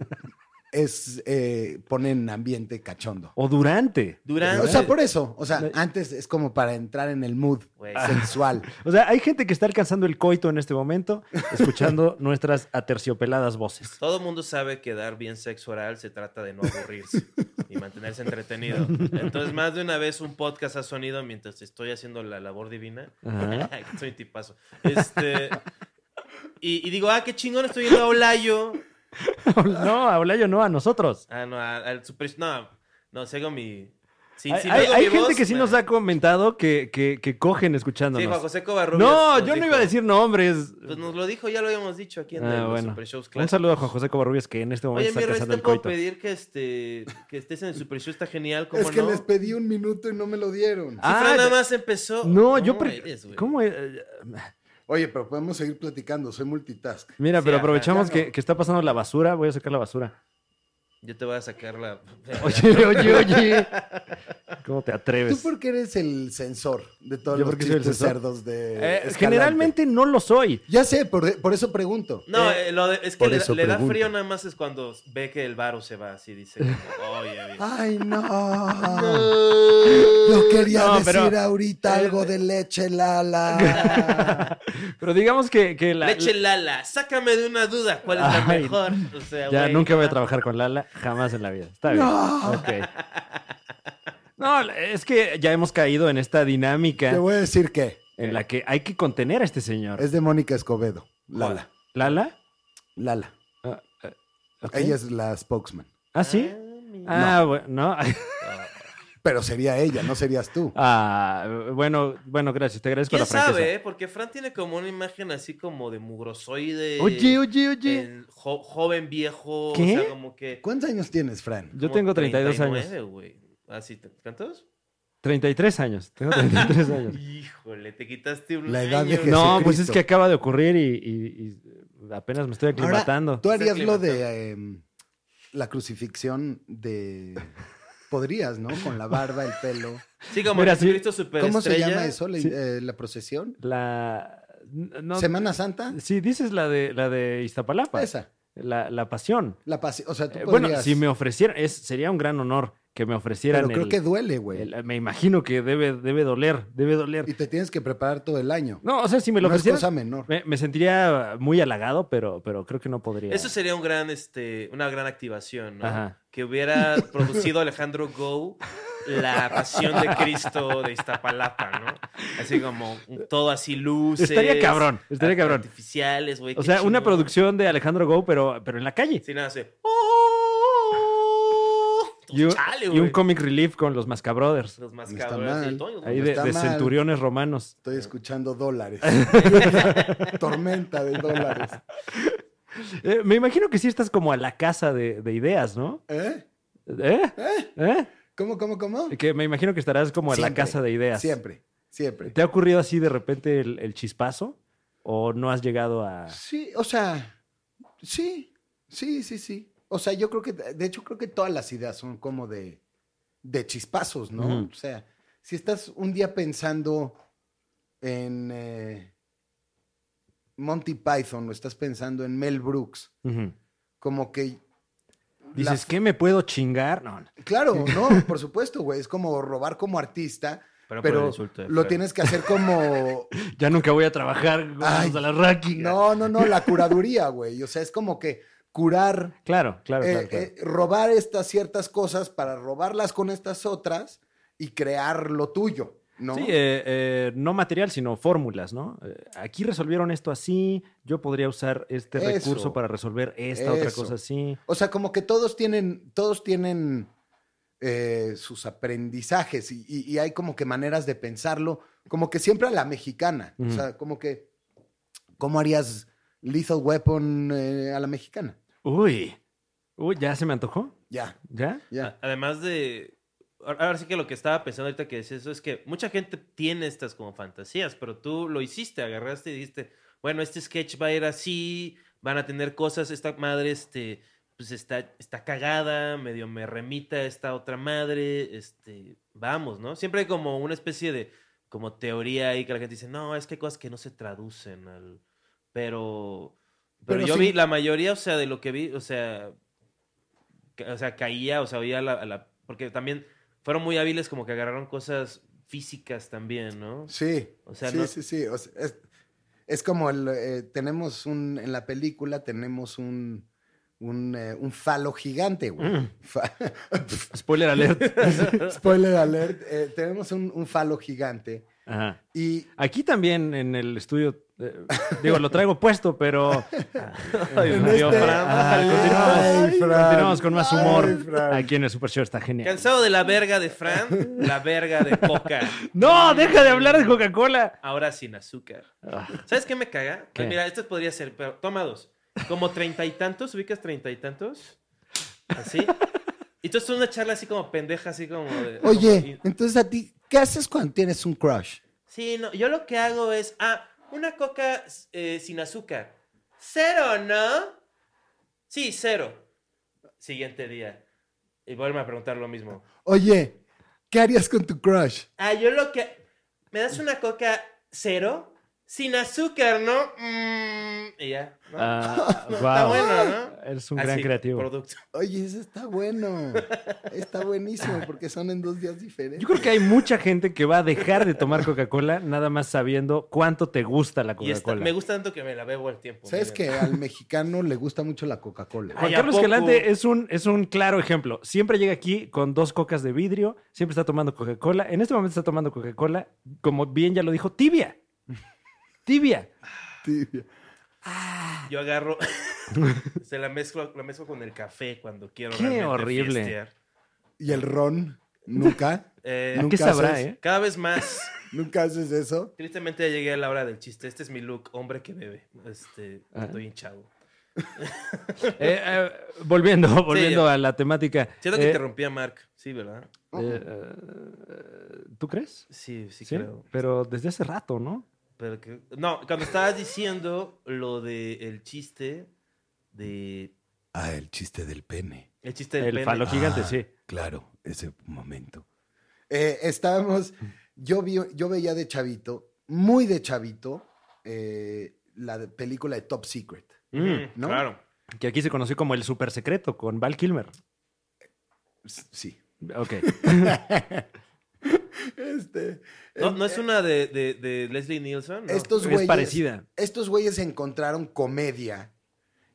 S2: es eh, ponen ambiente cachondo.
S3: O durante.
S1: Durante.
S2: O sea, por eso. O sea, antes es como para entrar en el mood
S1: Güey.
S3: Ah.
S2: sensual.
S3: O sea, hay gente que está alcanzando el coito en este momento, escuchando nuestras aterciopeladas voces.
S1: Todo mundo sabe que dar bien sexo oral se trata de no aburrirse y mantenerse entretenido. Entonces, más de una vez un podcast ha sonido mientras estoy haciendo la labor divina.
S3: Ajá.
S1: Soy tipazo. Este, y, y digo, ah, qué chingón, estoy yendo a Olayo.
S3: No, a Olayo no, a nosotros.
S1: Ah, no, a- al super... No, no, si hago mi... Si,
S3: hay
S1: si
S3: hay-
S1: hago
S3: hay
S1: mi
S3: gente
S1: voz,
S3: que sí
S1: me-
S3: nos ha comentado que, que- que cogen escuchándonos.
S1: Sí, Juan José Covarrubias.
S3: no,
S1: nos
S3: yo no
S1: dijo.
S3: iba a decir nombres.
S1: Pues nos lo dijo, ya lo habíamos dicho aquí en
S3: Ah,
S1: el
S3: bueno.
S1: Super Shows
S3: Un
S1: Class.
S3: saludo a Juan José Covarrubias que en este momento
S1: Oye,
S3: está
S1: mi rey,
S3: alcanzando
S1: te
S3: el
S1: puedo
S3: coito.
S1: pedir que, este, que estés en el Super Show, está genial, ¿cómo
S2: Es que
S1: no?
S2: les pedí un minuto y no me lo dieron.
S3: Ah,
S1: Fran nada
S3: ya-
S1: más empezó.
S3: No, yo... pre-
S1: eres, güey?
S3: ¿Cómo? eh,
S2: Oye, pero podemos seguir platicando. Soy multitask.
S3: Mira,
S1: Sí,
S3: pero
S1: ajá,
S3: aprovechamos
S1: ya
S3: que, que está pasando la basura. Voy a sacar la basura.
S1: Yo te voy a sacar la.
S3: Oye, oye, oye. ¿Cómo te atreves?
S2: Tú porque eres el censor de
S3: Pues Yo
S2: todos los
S3: porque soy el
S2: chistes
S3: censor.
S2: cerdos de
S3: Eh,
S2: Escalante.
S3: generalmente no lo soy.
S2: Ya sé, por, por eso pregunto.
S1: No, eh, lo de- es que
S2: por
S1: le, da-
S2: eso
S1: le da
S2: pregunto.
S1: frío nada más es cuando ve que el varo se va así, dice. como, Oye, oye".
S3: Ah,
S2: Ay, no. Yo quería
S3: No,
S2: decir
S3: pero-
S2: ahorita algo de leche, Lala.
S3: Pero digamos que, que la.
S1: Leche Lala, sácame de una duda, ¿cuál es la
S3: Ay,
S1: mejor? O sea,
S3: ya
S1: güey,
S3: nunca voy a
S1: ajá.
S3: trabajar con Lala, jamás en la vida. Está bien. Ok. No, es que ya hemos caído en esta
S2: Te
S3: dinámica
S2: voy a decir que
S3: en la que hay que contener a este señor.
S2: es de Mónica Escobedo. Lala.
S3: ¿Lala?
S2: Lala.
S3: Ah, ah, ok.
S2: Ella es la spokesman.
S3: ¿Ah, sí? Ah, bueno, no.
S2: Pero sería ella, no serías tú.
S3: Ah, bueno, bueno, gracias. Te agradezco
S1: ¿Quién
S3: la franqueza.
S1: sabe? eh? Porque Fran tiene como una imagen así como de mugrosoide.
S3: Oye, oye, oye.
S1: en jo- joven viejo.
S3: ¿Qué?
S1: O sea, como que.
S2: ¿Cuántos años tienes, Fran?
S3: Yo
S1: como
S3: tengo 32 años.
S1: 39, güey. Así, te- ¿cuántos?
S3: 33 años. Tengo 33 años.
S1: Híjole, te quitaste un
S2: La
S1: año.
S2: edad de Jesús.
S3: No, pues es
S2: Jesucristo.
S3: que acaba de ocurrir y, y- y apenas me estoy
S2: Ahora,
S3: aclimatando.
S2: Tú
S1: Se
S2: harías lo
S1: aclimató.
S2: de eh, la crucifixión de. Podrías, ¿no? Con la barba, el pelo.
S1: Sí, como
S3: Mira,
S1: Jesucristo superestrella.
S2: ¿Cómo se llama eso? ¿La,
S3: Sí.
S2: eh, la procesión?
S3: La. no- eh,
S2: ¿Semana Santa?
S3: Sí, dices la de la de Iztapalapa.
S2: Esa.
S3: La, la pasión.
S2: La pasi- O sea, tú
S3: Eh,
S2: podrías.
S3: bueno, si me ofrecieran, es, sería un gran honor que me ofrecieran.
S2: Pero creo
S3: el-
S2: que duele, güey.
S3: el- me imagino que debe, debe doler, debe doler.
S2: Y te tienes que preparar todo el año.
S3: No, o sea, si me lo
S2: no es
S3: ofrecieran,
S2: cosa menor.
S3: me, me sentiría muy halagado, pero, pero creo que no podría.
S1: Eso sería un gran, este, una gran activación, ¿no?
S3: Ajá.
S1: Que hubiera producido Alejandro Go la pasión de Cristo de Iztapalapa, ¿no? Así como un- todo así luces.
S3: Estaría cabrón, estaría
S1: art-
S3: cabrón.
S1: Artificiales, güey.
S3: O
S1: qué
S3: sea, una
S1: chingón.
S3: producción de Alejandro Go, pero, pero en la calle.
S1: Sí, nada, así. ¡Oh!
S3: y, un,
S1: Chale,
S3: y
S1: güey.
S3: un comic relief con los Mascabrothers.
S1: Los más
S2: No está
S1: cabrones del
S2: mal.
S1: Toño, güey.
S3: Ahí de,
S2: Está
S3: de
S2: mal.
S3: centuriones romanos.
S2: Estoy escuchando dólares. Tormenta de dólares.
S3: Eh, me imagino que sí estás como a la casa de, de ideas, ¿no?
S2: ¿Eh?
S3: ¿Eh?
S2: ¿Eh?
S3: ¿Eh?
S2: ¿Cómo, cómo, cómo?
S3: Que me imagino que estarás como a la
S2: Siempre,
S3: casa de ideas.
S2: Siempre, siempre.
S3: ¿Te ha ocurrido así de repente el, el chispazo? ¿O no has llegado a...?
S2: Sí, o sea, sí, sí, sí, sí. O sea, yo creo que, de hecho, creo que todas las ideas son como de, de chispazos, ¿no?
S3: Ujú.
S2: O sea, si estás un día pensando en eh, Monty Python o estás pensando en Mel Brooks,
S3: Ujú.
S2: como que... la-
S3: Dices, ¿qué me puedo chingar? No, no.
S2: Claro, no, por supuesto, güey. Es como robar como artista,
S1: Pero
S2: pero,
S1: por el insulto de
S2: lo
S1: Fran.
S2: tienes que hacer como
S3: Ya nunca voy a trabajar con
S2: Ay,
S3: los de la Raki.
S2: No, no, no, la curaduría, güey. O sea, es como que curar.
S3: Claro, claro,
S2: eh,
S3: claro. claro.
S2: eh, robar estas ciertas cosas para robarlas con estas otras y crear lo tuyo, ¿no?
S3: Sí, eh, eh, no material, sino fórmulas, ¿no? Eh, aquí resolvieron esto así, yo podría usar este
S2: Eso.
S3: recurso para resolver esta otra
S2: Eso.
S3: cosa así.
S2: O sea, como que todos tienen, todos tienen eh, sus aprendizajes y, y- y hay como que maneras de pensarlo, como que siempre a la mexicana. O
S3: Ujú.
S2: sea, como que, ¿cómo harías Lethal Weapon eh, a la mexicana?
S3: Uy, uy, ya se me antojó,
S2: Ya,
S3: ya.
S2: ya.
S1: A- Además de. ahora- Ahora sí que lo que estaba pensando ahorita que decías eso es que mucha gente tiene estas como fantasías, pero tú lo hiciste, agarraste y dijiste, bueno, este sketch va a ir así, van a tener cosas, esta madre, este, pues está, está cagada, medio me remita a esta otra madre, este, vamos, ¿no? Siempre hay como una especie de como teoría ahí que la gente dice, no, es que hay cosas que no se traducen al. Pero. Pero,
S2: Pero
S1: yo
S2: sí.
S1: vi la mayoría, o sea, de lo que vi, o sea, ca- o sea, caía, o sea, oía la, a la- Porque también fueron muy hábiles, como que agarraron cosas físicas también, ¿no?
S2: Sí,
S1: O sea,
S2: sí,
S1: no-
S2: sí, sí. O sea, es, es como el, eh, tenemos un, en la película tenemos un, un, eh, un falo gigante, güey. Fa-
S3: Spoiler alert.
S2: Spoiler alert, eh, tenemos un, un falo gigante
S3: Ajá.
S2: y
S3: Aquí también en el estudio, eh, digo, lo traigo puesto, pero... Ay,
S2: En
S3: Dios,
S2: este-
S3: Fran,
S2: Ay,
S3: continuamos,
S2: Fran.
S3: continuamos con más humor.
S2: Ay, Fran.
S3: Aquí en el Super Show está genial.
S1: Cansado de la verga de Fran, la verga de Coca.
S3: No, deja de hablar de Coca-Cola.
S1: Ahora sin azúcar.
S3: Ah,
S1: ¿Sabes qué me caga? Que
S3: ¿Qué?
S1: mira, esto podría ser, pero toma dos. Como treinta y tantos, ubicas treinta y tantos. Así. Y entonces una charla así como pendeja, así como de. como-
S2: Oye,
S1: y-
S2: entonces a ti, ¿qué haces cuando tienes un crush?
S1: Sí, no, yo lo que hago es, ah, una coca eh, sin azúcar. Cero, ¿no? Sí, cero. Siguiente día. Y vuelve a preguntar lo mismo.
S2: Oye, ¿qué harías con tu crush?
S1: Ah, yo lo que... ¿Me das una coca cero? Sin azúcar, ¿no? Mm, Y ya. ¿no?
S3: ah,
S1: Está
S3: wow.
S1: bueno, ¿no? Ah,
S3: Eres un
S1: Así,
S3: gran creativo.
S1: Producto.
S2: Oye, eso está bueno. Está buenísimo porque son en dos días diferentes.
S3: Yo creo que hay mucha gente que va a dejar de tomar Coca-Cola nada más sabiendo cuánto te gusta la
S1: Y esta-
S3: Coca-Cola.
S1: me gusta tanto que me la bebo al tiempo.
S2: ¿Sabes que
S1: miren.
S2: al mexicano le gusta mucho la Coca-Cola?
S3: Juan
S1: Ay, ¿a
S3: Carlos
S1: poco?
S3: Escalante es un, es un claro ejemplo. Siempre llega aquí con dos cocas de vidrio, siempre está tomando Coca-Cola. En este momento está tomando Coca-Cola, como bien ya lo dijo, tibia. Tibia.
S2: Tibia.
S1: Yo agarro... se la mezclo, la mezclo con el café cuando quiero
S3: Qué
S1: realmente
S3: horrible.
S1: fiestear.
S2: ¿Y el ron? ¿Nunca?
S1: Eh,
S3: ¿A
S2: Nunca
S3: qué sabrá,
S2: haces-
S3: eh?
S1: cada vez más...
S2: ¿Nunca haces eso?
S1: Tristemente ya llegué a la hora del chiste. Este es mi look, hombre que bebe. Este,
S3: Ajá.
S1: estoy hinchado.
S3: Eh, eh, volviendo volviendo
S1: yo-
S3: a la temática.
S1: Siento que
S3: Eh,
S1: interrumpí a Mark. Sí, ¿verdad?
S3: eh, eh, ¿Tú crees?
S1: Sí, sí,
S3: Sí,
S1: creo.
S3: pero desde hace rato, ¿no?
S1: Pero que- No, cuando estabas diciendo lo del el chiste de...
S2: Ah, el chiste del pene.
S1: El chiste del
S3: El
S1: pene.
S3: falo gigante,
S2: Ah,
S3: sí.
S2: Claro, ese momento. Eh, estábamos, yo, vi, yo veía de chavito, muy de chavito, eh, la de- película de Top Secret.
S1: Mm,
S2: ¿no?
S1: Claro.
S3: Que aquí se conoció como el super secreto con Val Kilmer.
S2: S- Sí.
S3: Ok.
S2: Este,
S1: No,
S2: em,
S1: no es una de, de- de Leslie Nielsen. No.
S2: estos
S3: es
S2: güeyes,
S3: parecida.
S2: Estos güeyes encontraron comedia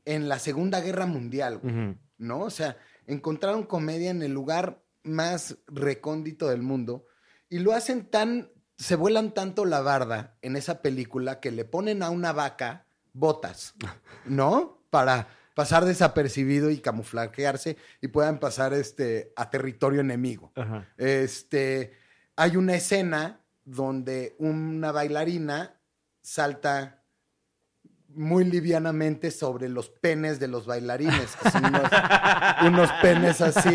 S2: en la Segunda Guerra Mundial, güey,
S3: Ujú.
S2: ¿no? O sea, encontraron comedia en el lugar más recóndito del mundo y lo hacen tan, se vuelan tanto la barda en esa película que le ponen a una vaca botas, ¿no? Para pasar desapercibido y camuflajearse y puedan pasar este, a territorio enemigo.
S3: Ajá.
S2: Este, hay una escena donde una bailarina salta muy livianamente sobre los penes de los bailarines, que son unos, unos penes así,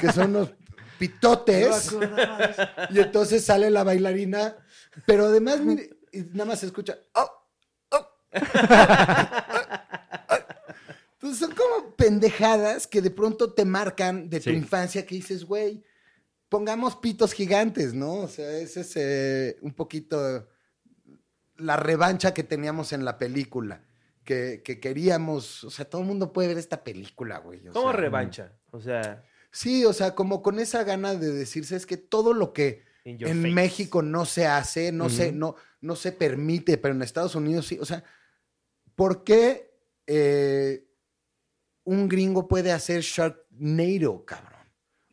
S2: que son unos pitotes. Y entonces sale la bailarina, pero además, mire, y nada más se escucha. "Oh, oh". Entonces son como pendejadas que de pronto te marcan de tu
S3: Sí.
S2: infancia que dices, güey, pongamos pitos gigantes, ¿no? O sea, ese es eh, un poquito la revancha que teníamos en la película. Que, que queríamos, o sea, todo el mundo puede ver esta película, güey. o
S1: ¿Cómo
S2: sea.
S1: revancha? O sea,
S2: Sí, o sea, como con esa gana de decirse es que todo lo que
S1: in your
S2: en
S1: face.
S2: México no se hace, no se,
S3: Ujú.
S2: no, no se permite, pero en Estados Unidos sí. O sea, ¿por qué eh, un gringo puede hacer Sharknado, cabrón?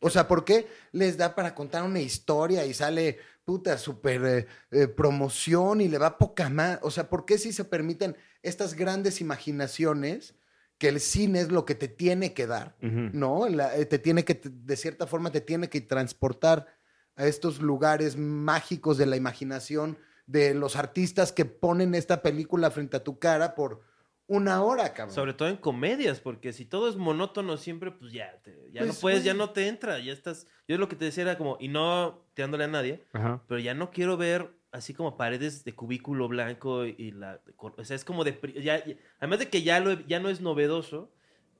S2: O sea, ¿por qué les da para contar una historia y sale puta super eh, eh, promoción y le va poca más? O sea, ¿por qué si se permiten estas grandes imaginaciones que el cine es lo que te tiene que dar,
S3: Ujú.
S2: ¿no? La- eh, te tiene que, te- de cierta forma, te tiene que transportar a estos lugares mágicos de la imaginación de los artistas que ponen esta película frente a tu cara por una hora, cabrón.
S1: Sobre todo en comedias, porque si todo es monótono siempre, pues ya, te- ya
S2: Pues,
S1: no puedes, ya
S2: güey.
S1: no te entra, ya estás. Yo lo que te decía era como, y no teándole a nadie,
S3: Ajá.
S1: pero ya no quiero ver así como paredes de cubículo blanco y la. O sea, es como de. pri- Ya, ya- además de que ya, lo, ya no es novedoso,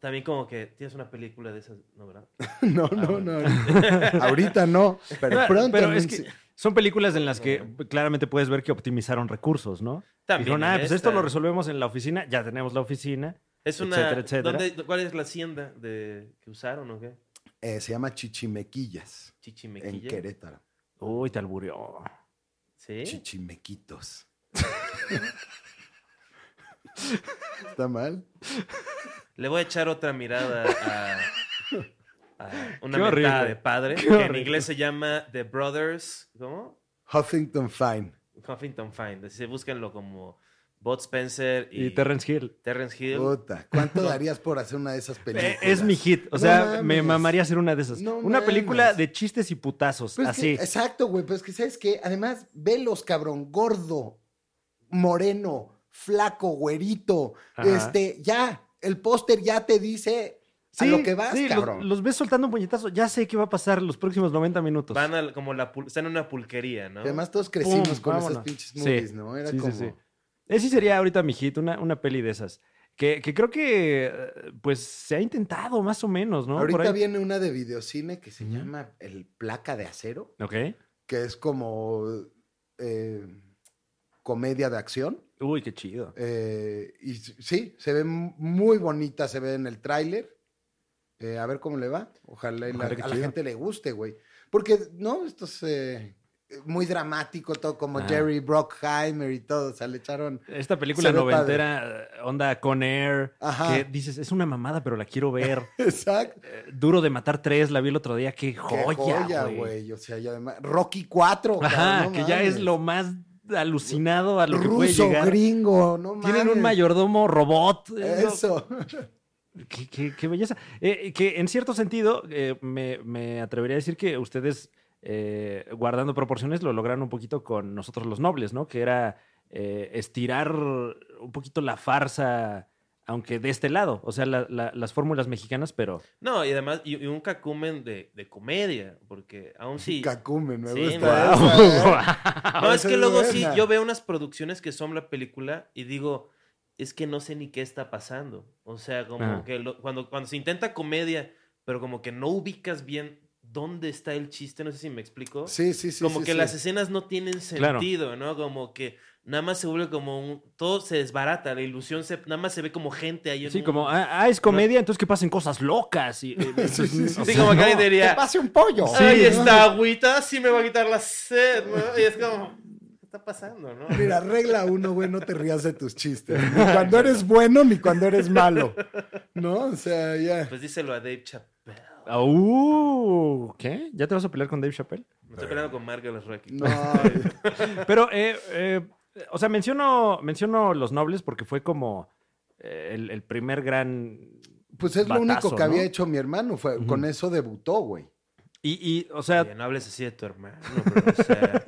S1: también como que tienes una película de esas, ¿no, verdad?
S2: No, no, no. Ahorita no, pero
S3: No,
S2: pronto.
S3: Ah, pero
S2: en
S3: es
S2: un
S3: que
S2: ci-
S3: son películas en las que claramente puedes ver que optimizaron recursos, ¿no?
S1: También este.
S3: Dijeron,
S1: en
S3: ah, pues esto
S1: esta.
S3: lo resolvemos en la oficina, ya tenemos la oficina,
S1: Es una.
S3: etcétera, etcétera.
S1: ¿dónde- ¿Cuál es la hacienda de, que usaron o qué?
S2: Eh, se llama Chichimequillas, en
S1: Chichimequilla.
S2: Querétaro.
S3: Uy, te albureó. ¿Eh?
S1: ¿Sí?
S2: Chichimequitos. ¿Está mal?
S1: Le voy a echar otra mirada a, a una
S3: Qué
S1: mentada
S3: horrible.
S1: de padre,
S3: Qué
S1: que en
S3: horrible.
S1: inglés se llama The Brothers, ¿cómo?
S2: Huffington Fine.
S1: Huffington Find. Se búsquenlo como Bot Spencer y,
S3: Y Terrence Hill.
S1: Terrence Hill.
S2: Puta, ¿cuánto darías por hacer una de esas películas?
S3: Eh, Es mi hit. O sea,
S2: No
S3: me
S2: mames.
S3: mamaría hacer una de esas.
S2: No
S3: una película
S2: mames.
S3: de chistes y putazos.
S2: Pero Pues es que-
S3: así.
S2: exacto, güey, pero es que sabes que además, velos, cabrón, gordo, moreno, flaco, güerito,
S3: Ajá.
S2: este, ya, el póster ya te dice
S3: Sí,
S2: a lo que vas,
S3: sí, lo-
S2: cabrón.
S3: los ves soltando un puñetazo. Ya sé qué va a pasar los próximos 90 minutos.
S1: Van a, como la pul- están en una pulquería, ¿no?
S2: Que Además, todos crecimos
S3: Pum,
S2: con
S3: Ah. vámonos.
S2: esas pinches
S3: Sí,
S2: movies, ¿no? Era
S3: sí, sí,
S2: como.
S3: sí. Ese sería ahorita mi hit, una, una peli de esas. Que, que creo que eh, pues se ha intentado más o menos, ¿no?
S2: Ahorita
S3: Por ahí.
S2: viene una de videocine que se
S3: Ujú.
S2: llama El Placa de Acero,
S3: Ok.
S2: que es como eh, comedia de acción.
S3: Uy, qué chido.
S2: Eh, y s- sí, se ve m- muy bonita, se ve en el tráiler. Eh, a ver cómo le va. Ojalá y la-
S3: Ojalá que
S2: a la
S3: chido.
S2: gente le guste, güey. Porque, ¿no? Esto es eh, muy dramático, todo como
S3: Ajá.
S2: Jerry Brockheimer y todo. O sea, le echaron.
S3: Esta película
S2: Se ve
S3: noventera, eh, onda Con Air,
S2: Ajá.
S3: que dices, es una mamada, pero la quiero ver.
S2: Exacto.
S3: Eh, Duro de matar tres, la vi el otro día. ¡Qué
S2: Qué
S3: joya, güey!
S2: güey. O sea, y además. Rocky 4.
S3: Ajá, que ya es lo más alucinado a lo que puede
S2: Ruso,
S3: llegar.
S2: gringo, no mames.
S3: Tienen un mayordomo robot. es lo-
S2: Eso.
S3: Qué, qué- qué belleza. Eh, que en cierto sentido, eh, me, me atrevería a decir que ustedes, eh, guardando proporciones, lo lograron un poquito con nosotros los nobles, ¿no? Que era eh, estirar un poquito la farsa, aunque de este lado, o sea, la- la- las fórmulas mexicanas, pero...
S1: No, y además, y, y un cacumen de, de comedia, porque aún sí.
S2: Cacumen, me
S1: Sí,
S2: gusta.
S1: ¿no?
S2: esa, ¿eh?
S1: No, es
S2: Esa
S1: que luego
S2: buena.
S1: sí, yo veo unas producciones que son la película y digo, es que no sé ni qué está pasando. O sea, como
S2: Ah.
S3: Ajá.
S1: que lo- cuando, cuando se intenta comedia, pero como que no ubicas bien dónde está el chiste, no sé si me explico.
S2: Sí, sí, sí.
S1: como
S2: sí,
S1: que
S2: sí.
S1: las escenas no tienen
S3: Claro.
S1: sentido, ¿no? Como que nada más se vuelve como un... Todo se desbarata, la ilusión se... Nada más se ve como gente ahí en
S3: Sí,
S1: un-
S3: como, ah, ah, es comedia, entonces que pasen cosas locas. Y, eh,
S2: Sí, sí, sí.
S1: Sí, como que alguien
S2: Que
S1: diría,
S2: pase un pollo.
S1: ay,
S3: Sí.
S1: esta agüita sí me va a quitar la sed, ¿no? Y es como, ¿qué está pasando, no?
S2: Mira, regla uno, güey, no te rías de tus chistes. Ni cuando eres bueno, ni cuando eres malo. ¿No? O sea, ya.
S1: Pues díselo a Dave Chappelle.
S3: Ah, uh, ¿Qué? ¿Ya te vas a pelear con Dave Chappelle?
S1: Me estoy peleando con Margaret Rocky.
S2: No.
S3: Pero, eh, eh, o sea, menciono, menciono Los Nobles porque fue como eh, el, el primer gran...
S2: Pues es lo
S3: Batazo,
S2: único que había
S3: ¿no?
S2: hecho mi hermano. Fue,
S3: Ujú.
S2: Con eso debutó, güey.
S3: Y, y, o sea,
S1: Oye, no hables así de tu hermano, bro, o sea,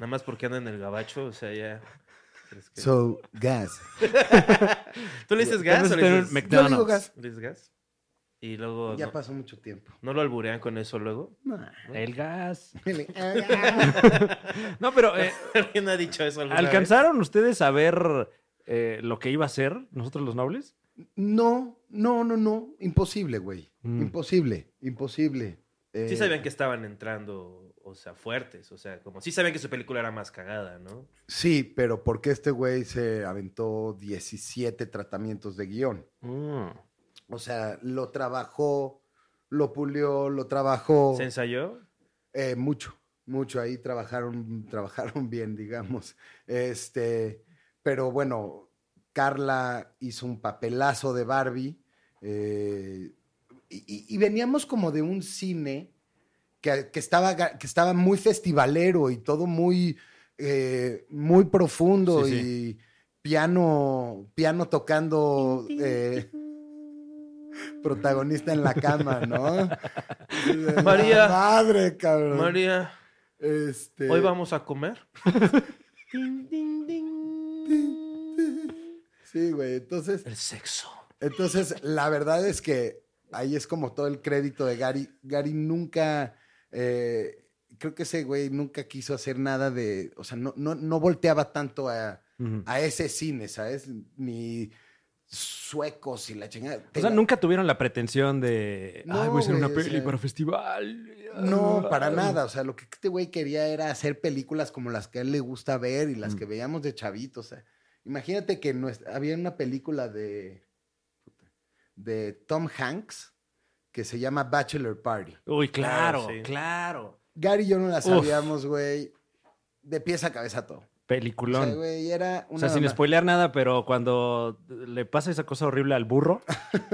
S1: nada más porque anda en el gabacho, o sea, ya. ¿crees que-
S2: So, gas.
S1: ¿Tú le dices
S3: tal
S1: gas
S3: vez
S1: o
S3: tener
S1: le dices,
S3: un Mc-
S2: Yo digo
S3: McDonald's.
S2: gas.
S1: le dices gas? Y luego,
S2: Ya
S1: no,
S2: pasó mucho tiempo.
S1: ¿no lo alburean con eso luego?
S3: el gas.
S2: Pero
S3: No, pero eh,
S1: ¿Alguien ha dicho eso alguna vez?
S3: ¿alcanzaron ustedes a ver eh, lo que iba a ser nosotros los nobles?
S2: No, no, no, no. Imposible, güey.
S3: Mm.
S2: Imposible, imposible. Eh,
S1: Sí sabían que estaban entrando, o sea, fuertes, o sea, como sí sabían que su película era más cagada, ¿no?
S2: Sí, pero porque este güey se aventó 17 tratamientos de guión. Mm. O sea, lo trabajó, lo pulió, lo trabajó.
S1: ¿Se ensayó?
S2: Eh, mucho, mucho. Ahí trabajaron, trabajaron bien, digamos. Este, pero bueno, Carla hizo un papelazo de Barbie. Eh, y, y- y veníamos como de un cine que, que estaba, ga- que estaba muy festivalero y todo muy, eh, muy profundo
S11: Sí,
S2: y piano, piano tocando eh, protagonista en la cama, ¿no? La
S1: María.
S2: Madre, cabrón.
S1: María.
S2: Este-
S1: Hoy vamos a comer.
S2: Sí, güey. Entonces.
S1: El sexo.
S2: Entonces, la verdad es que ahí es como todo el crédito de Gary. Gary nunca. eh, creo que ese güey nunca quiso hacer nada de. O sea, no, no, no volteaba tanto a,
S3: Ujú.
S2: a ese cine, ¿sabes? Ni suecos y la chingada.
S3: O sea,
S2: Tenga-
S3: nunca tuvieron la pretensión de.
S2: No,
S3: Ay, voy a hacer una
S2: güey, o
S3: peli
S2: sea,
S3: para festival. Ah.
S2: No, para nada. O sea, lo que este güey quería era hacer películas como las que a él le gusta ver y
S3: Mm.
S2: las que veíamos de chavito. O sea, imagínate que nuestra- había una película de, de Tom Hanks que se llama Bachelor Party.
S3: Uy, claro,
S1: Claro, sí.
S3: claro.
S2: Gary y yo no la
S3: Uf.
S2: sabíamos, güey, de pies a cabeza todo. O
S3: Peliculón.
S2: sea, güey, era una
S3: O sea, sin
S2: mamá.
S3: spoilear nada, pero cuando le pasa esa cosa horrible al burro,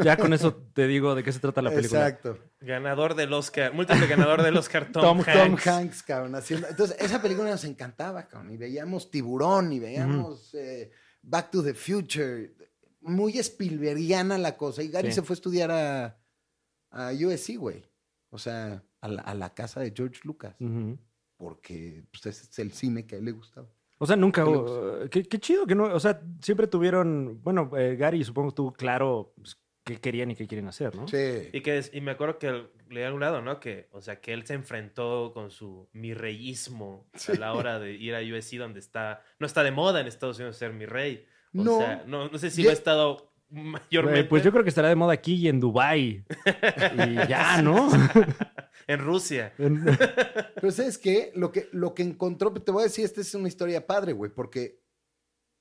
S3: ya con eso te digo de qué se trata la película.
S2: Exacto.
S1: Ganador del Oscar, múltiple ganador del Oscar Tom,
S3: Tom-
S1: Hanks.
S2: Tom Hanks, cabrón. haciendo- Entonces, esa película nos encantaba, cabrón. Y veíamos Tiburón y veíamos eh, Back to the Future. Muy Spielbergiana la cosa. Y Gary
S3: Sí.
S2: se fue a estudiar a, a USC, güey. O sea, a la, a la casa de George Lucas.
S1: Mm.
S3: Ujú.
S2: Porque pues, ese es el cine que a él le gustaba.
S3: O sea, nunca.
S2: ¿Qué le
S3: uh, Qué, qué chido que no. O sea, siempre tuvieron. Bueno, eh, Gary, supongo tú, claro, pues, qué querían y qué quieren hacer, ¿no?
S2: Sí.
S1: Y, que es- y me acuerdo que leí a un lado, ¿no? Que, o sea, que él se enfrentó con su mi reyismo a la hora de ir a USC, donde está. No está de moda en Estados Unidos ser mi rey. O
S2: No.
S1: sea, no, no sé si
S2: Ye-
S1: lo ha estado
S3: Güey,
S1: mayormente.
S3: pues yo creo que estará de moda aquí y en Dubai Y ya, ¿no?
S1: En Rusia.
S2: Pero ¿sabes qué? Lo que, lo que encontró, te voy a decir, esta es una historia padre, güey, porque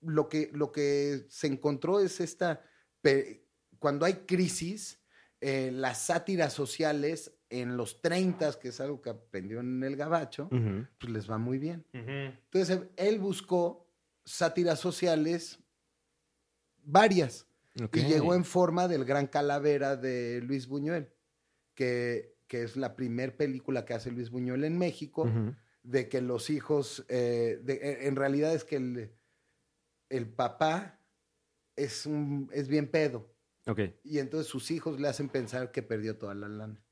S2: lo que, lo que se encontró es esta, pe- cuando hay crisis, eh, las sátiras sociales en los 30, que es algo que aprendió en el gabacho,
S3: Ujú.
S2: pues les va muy bien.
S1: Ujú.
S2: Entonces él- él buscó sátiras sociales varias
S3: Ok.
S2: y llegó en forma del Gran Calavera de Luis Buñuel, que, que es la primer película que hace Luis Buñuel en México
S3: Ujú.
S2: de que los hijos, eh, de- eh, en realidad es que el, el papá es, un, es bien pedo.
S3: Ok.
S2: Y entonces sus hijos le hacen pensar que perdió toda la lana.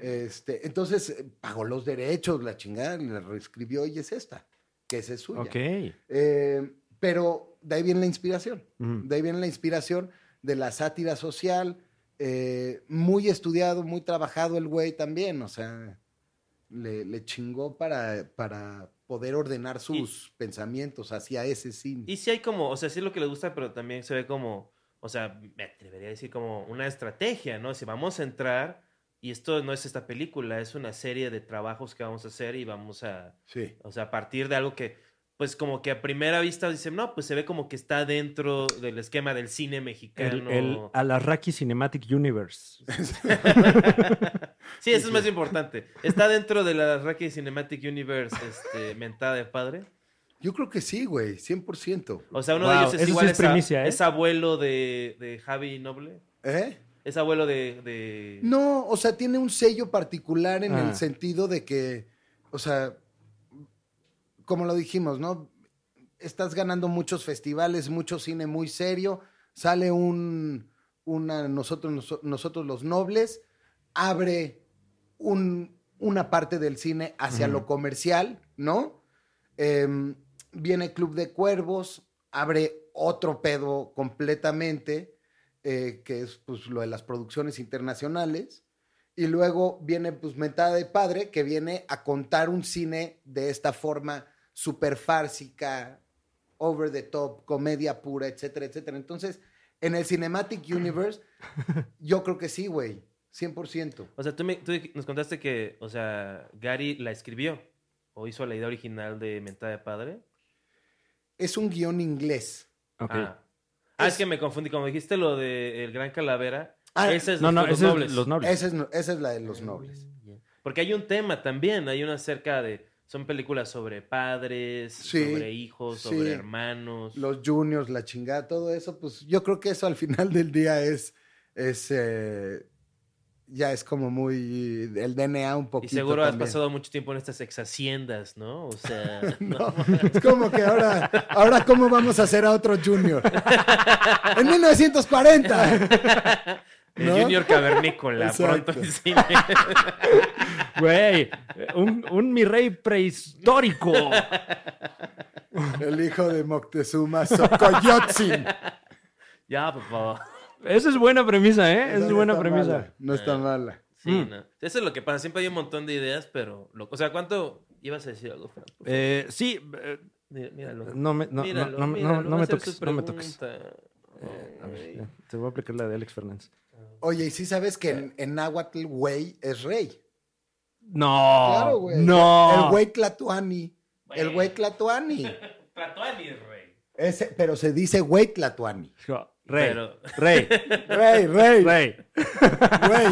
S2: Este, entonces eh, pagó los derechos, la chingada, y la reescribió y es esta, que esa es suya.
S3: Ok.
S2: Eh, pero de ahí viene la inspiración.
S3: Ujú.
S2: De ahí viene la inspiración de la sátira social, eh, muy estudiado, muy trabajado el güey también, o sea, le, le chingó para, para poder ordenar sus pensamientos hacia ese cine.
S1: Y sí hay como, o sea, sí es lo que le gusta, pero también se ve como, o sea, me atrevería a decir como una estrategia, ¿no? Si vamos a entrar, y esto no es esta película, es una serie de trabajos que vamos a hacer y vamos a,
S2: Sí.
S1: o sea, a partir de algo que, pues como que a primera vista dicen, no, pues se ve como que está dentro del esquema del cine
S3: El,
S1: mexicano.
S3: el Alarraqui Cinematic Universe.
S1: Sí, eso es más importante. Está dentro de la Rocky Cinematic Universe, este, mentada de padre.
S2: Yo creo que sí, güey, 100%.
S1: O sea, uno de
S3: Wow,
S1: ellos
S3: eso
S1: es
S3: sí
S1: igual
S3: es
S1: es, a-
S3: primicia, ¿eh?
S1: es abuelo de, de Javi Noble.
S2: ¿Eh?
S1: Es abuelo de. de-
S2: No, o sea, tiene un sello particular en
S3: Ah.
S2: el sentido de que, o sea, como lo dijimos, ¿no? Estás ganando muchos festivales, mucho cine muy serio, sale un, una, nosotros, noso- nosotros los nobles, abre un- una parte del cine hacia lo comercial, ¿no? Em, viene Club de Cuervos, abre otro pedo completamente eh, que es pues lo de las producciones internacionales. Y luego viene pues Mentada de Padre, que viene a contar un cine de esta forma super fársica, over the top, comedia pura, etcétera, etcétera. Entonces, en el Cinematic Universe, yo creo que sí, güey, 100%.
S1: O sea, tú, me- tú nos contaste que, o sea, Gary la escribió o hizo la idea original de mentada de padre.
S2: Es un guión inglés.
S3: Ok.
S1: Ah. Ah, es...
S2: Es-
S1: que me confundí. Como dijiste lo de El Gran Calavera,
S2: Ah,
S1: ese es
S3: no, no,
S1: los
S3: ese es
S1: nobles.
S3: los nobles.
S2: Esa es, no- esa es la de los nobles.
S1: Porque hay un tema también, hay una acerca de, Son películas sobre padres,
S2: Sí,
S1: sobre hijos,
S2: sí.
S1: sobre hermanos.
S2: los juniors, la chingada, todo eso, pues yo creo que eso al final del día es, es eh, ya es como muy el DNA un
S1: Y
S2: poquito.
S1: seguro has
S2: también.
S1: pasado mucho tiempo en estas ex haciendas, ¿no? O sea,
S2: No, es como que ahora, ahora cómo vamos a hacer a otro junior. En 1940.
S1: el
S2: ¿no?
S1: Junior Cavernícola, pronto en cine.
S3: Güey, un, un mi rey prehistórico.
S2: El hijo de Moctezuma, Sokoyotzin.
S1: Ya, papá.
S3: Esa es buena premisa, ¿eh? Esa
S2: No,
S3: es
S2: no
S3: buena
S2: está
S3: premisa.
S2: mala, no está mala.
S1: Sí,
S3: Mm.
S1: no. Eso es lo que pasa. Siempre hay un montón de ideas, pero. lo- O sea, ¿cuánto ibas a decir algo, Fran?
S3: Eh, sí, eh,
S1: Mí- Míralo.
S3: No me- no- no-
S1: Míralo,
S3: no me- no-
S1: míralo,
S3: no
S1: va a
S3: me
S1: hacer
S3: toques,
S1: sus
S3: no me toques. Eh,
S1: preguntas.
S3: a ver, ya, te voy a aplicar la de Alex Fernández.
S2: Oye, ¿y sí sabes que en, en náhuatl, güey, es rey?
S3: No,
S2: Claro, güey.
S3: Oh, no.
S2: El güey Tlatuani. El güey Tlatuani.
S1: Tlatuani, rey.
S2: Ese- pero se dice güey Tlatuani.
S3: Jo, Rey,
S1: Pero-
S3: rey,
S2: Rey, rey, rey,
S3: rey.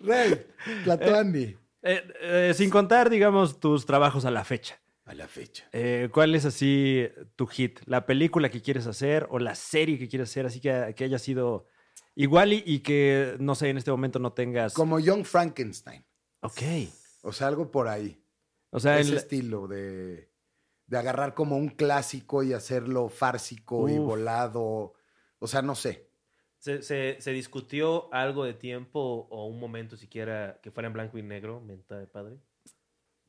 S2: rey, Tlatuani.
S3: Eh, eh, sin contar, digamos, tus trabajos a la fecha.
S2: A la fecha.
S3: Eh, ¿Cuál es así tu hit? ¿La película que quieres hacer o la serie que quieres hacer? Así que, que haya sido igual y, y que, no sé, en este momento no tengas...
S2: Como Young Frankenstein.
S3: Ok.
S2: O sea, algo por ahí.
S3: O sea,
S2: ese
S3: el-
S2: estilo de, de agarrar como un clásico y hacerlo fársico y
S3: Uf.
S2: volado. O sea, no sé.
S1: ¿Se, se, se discutió algo de tiempo o un momento siquiera que fuera en blanco y negro, menta de padre?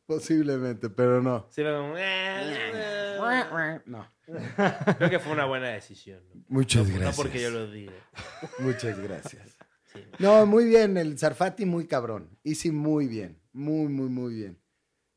S2: Posiblemente, pero no.
S1: Sí, era como, "Eh, eh".
S2: No.
S1: Creo que fue una buena decisión. ¿no?
S2: Muchas
S1: No-
S2: gracias.
S1: No porque yo lo diga.
S2: Muchas gracias.
S1: Sí.
S2: No, muy bien. El Zarfati muy cabrón. Easy muy bien. Muy, muy, muy bien.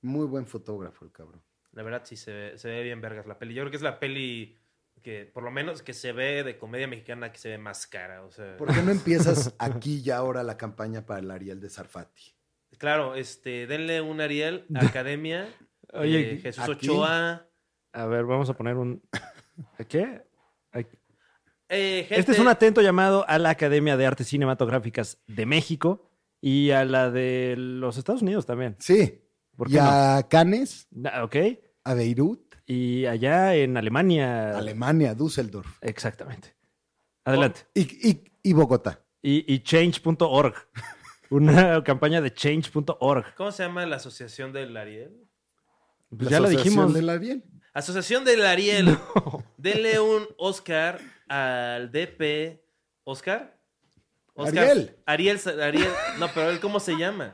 S2: Muy buen fotógrafo el cabrón.
S1: La verdad, sí, se ve, se ve bien vergas la peli. Yo creo que es la peli que, por lo menos, que se ve de comedia mexicana que se ve más cara. O sea,
S2: ¿Por qué no empiezas aquí y ahora la campaña para el Ariel de Zarfati?
S1: claro, este, denle un Ariel, Academia,
S3: Oye,
S1: eh, Jesús
S2: aquí-
S1: Ochoa.
S3: A ver, vamos a poner un... ¿A ¿Qué? ¿A-
S1: eh, gente-
S3: Este es un atento llamado a la Academia de Artes Cinematográficas de México y a la de los Estados Unidos también.
S2: Sí.
S3: ¿Por qué
S2: Y a Cannes,
S3: no? Ah, Ok.
S2: a Beirut,
S3: Y allá en Alemania.
S2: Alemania, Düsseldorf
S3: Exactamente. Adelante.
S2: y, y- y Bogotá.
S3: Y, y change.org. Una campaña de change.org.
S1: ¿Cómo se llama la asociación del Ariel?
S3: Pues
S2: La
S3: ya lo
S2: Asociación
S3: dijimos.
S2: del Ariel.
S1: Asociación del Ariel. Denle un Oscar al DP. ¿Oscar?
S2: Ariel.
S1: Ariel. Sa- Ariel. No, pero él, ¿cómo se llama?